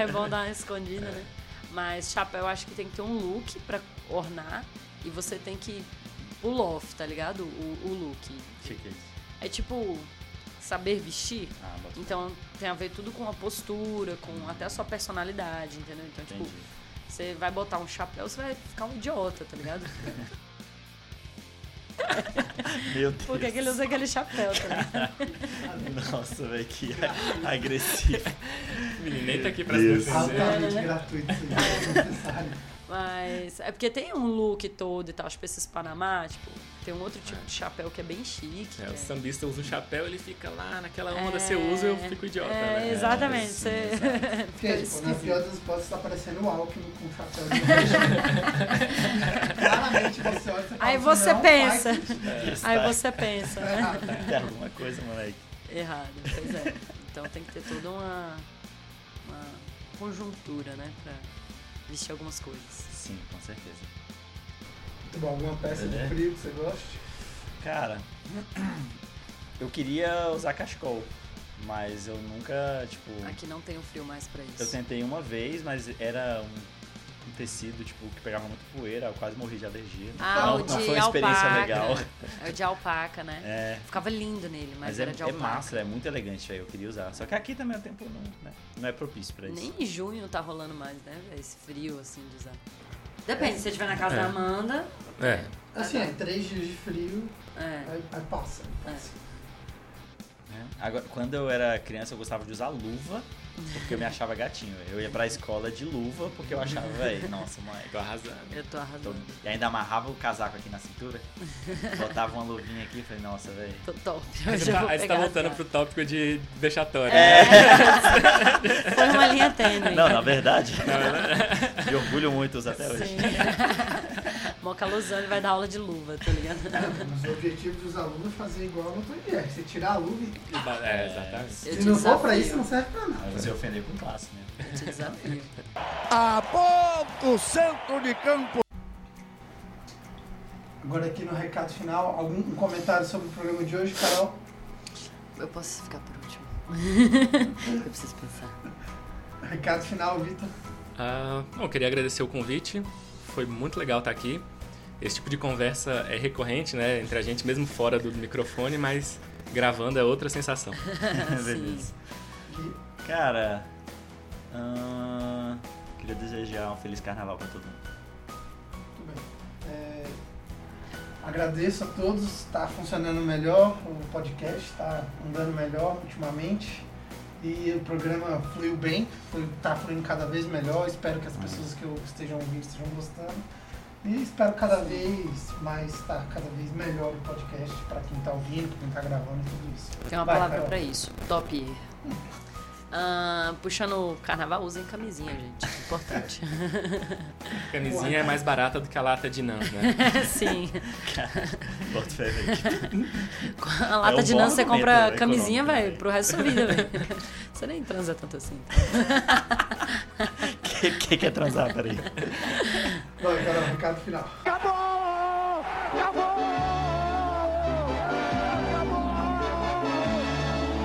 D: é bom dar uma escondida,
E: É.
D: né? Mas chapéu, eu acho que tem que ter um look pra ornar. E você tem que... O loft, tá ligado? O, o look.
C: Chique.
D: É tipo saber vestir.
C: Ah, bota.
D: Então tem a ver tudo com a postura, com até a sua personalidade, entendeu? Então, tipo,
C: Entendi.
D: você vai botar um chapéu, você vai ficar um idiota, tá ligado?
C: Meu Deus.
D: Porque que ele usa aquele chapéu, tá ligado?
C: Nossa, velho, que agressivo.
E: Menino, nem tá aqui pra
C: Deus.
E: se defender.
B: Altamente Ah, gratuito, isso aí, é necessário.
D: Mas é porque tem um look todo e tal, tipo esses Panamá, tipo, tem um outro tipo de chapéu que é bem chique.
E: É,
D: que
E: o
D: é-
E: sambista usa um chapéu, ele fica lá naquela
D: É.
E: onda, você usa, eu fico idiota,
D: É,
E: né?
D: exatamente.
C: sim,
D: você- Então,
B: Porque,
D: Tá
B: tipo, na
D: assim.
B: pior das hipóteses, tá parecendo o Alckmin com o chapéu de Claramente você olha e você fala, assim,
D: Aí você
B: "Não
D: pensa.
B: faz sentido."
D: Aí você pensa, né?
C: Tem alguma coisa, moleque.
D: Errado, pois é. Então tem que ter toda uma, uma conjuntura, né? Pra vestir algumas coisas.
C: Sim, com certeza.
B: Muito Tá bom, alguma peça de
C: É.
B: frio que você goste?
C: Cara, eu queria usar cachecol, mas eu nunca, tipo.
D: Aqui não tem um frio mais pra isso.
C: Eu tentei uma vez, mas era um, um tecido, tipo, que pegava muito poeira, eu quase morri de alergia.
D: Ah,
C: não,
D: o
C: não
D: de
C: foi uma experiência
D: alpaca.
C: legal.
D: É o de alpaca, né?
C: É.
D: Ficava lindo nele, mas,
C: Mas, é,
D: era de
C: é
D: alpaca.
C: massa, é muito elegante, velho. Eu queria usar. Só que aqui também o tempo não, né, não é propício pra isso.
D: Nem em junho tá rolando mais, né? velho? Esse frio, assim, de usar. Depende, se você estiver na casa da Amanda,
E: É.
D: Ah,
B: Assim, é três dias de frio,
D: tá. é.
B: aí, aí passa. passa.
C: né? Agora, quando eu era criança, eu gostava de usar luva, porque eu me achava gatinho. velho. Eu ia pra escola de luva, porque eu achava, velho, nossa, mãe,
E: Tô arrasando.
D: Eu tô
C: tô-
D: arrasando.
C: E ainda amarrava o casaco aqui na cintura, botava uma luvinha aqui e falei, nossa, velho.
D: Tô top.
E: Aí
D: Hoje
E: você
D: eu
E: tá,
D: vou
E: aí você
D: pegar assim,
E: tá
D: É.
E: voltando
D: azar.
E: pro tópico de vexatório.
D: Foi uma linha tênue.
C: Não, na verdade, me orgulho muito usar até hoje.
D: Sim. Moca Luzane vai dar aula de luva, tá ligado?
B: Mas o objetivo dos alunos é fazer igual no Tony Jerry. Você tirar a luva e
E: Né? É, exatamente.
D: Eu
B: se
D: te
B: não for pra
D: desafio,
B: isso, não serve pra nada.
C: Aí você ofender com classe, né?
D: eu te desafio.
B: Agora aqui no recado final, algum um comentário sobre o programa de hoje, Carol?
D: Eu posso ficar por último. eu preciso pensar.
B: Recado final, Vitor.
E: Ah, bom, queria agradecer o convite. Foi muito legal estar aqui. Esse tipo de conversa é recorrente, né? Entre a gente, mesmo fora do microfone, mas gravando é outra sensação.
D: Ah,
C: Beleza. Cara, ahn, queria desejar um feliz carnaval pra todo mundo.
B: Muito bem. É, agradeço a todos, está funcionando melhor, o podcast está andando melhor ultimamente. E o programa fluiu bem, está fluindo cada vez melhor. Espero que as pessoas que eu estejam ouvindo estejam gostando. E espero cada vez mais estar cada vez melhor o podcast para quem está ouvindo, pra quem está gravando e tudo isso.
D: Tem uma
B: Vai,
D: palavra
B: Carol.
D: pra isso. Top. Ah, puxando o carnaval, usem camisinha, gente. Importante.
E: Camisinha é mais barata do que a lata de Nans, né?
D: Sim.
C: Bota fé, velho.
D: Com a lata
C: um
D: de
C: bom
D: nança você
C: argumento,
D: compra
C: né,
D: camisinha,
C: econômico,
D: velho,
C: né?
D: pro resto da sua vida, velho. Você nem transa tanto assim.
C: Quem quem quer é transar, peraí?
B: Vai, Carol, recado final.
F: Acabou!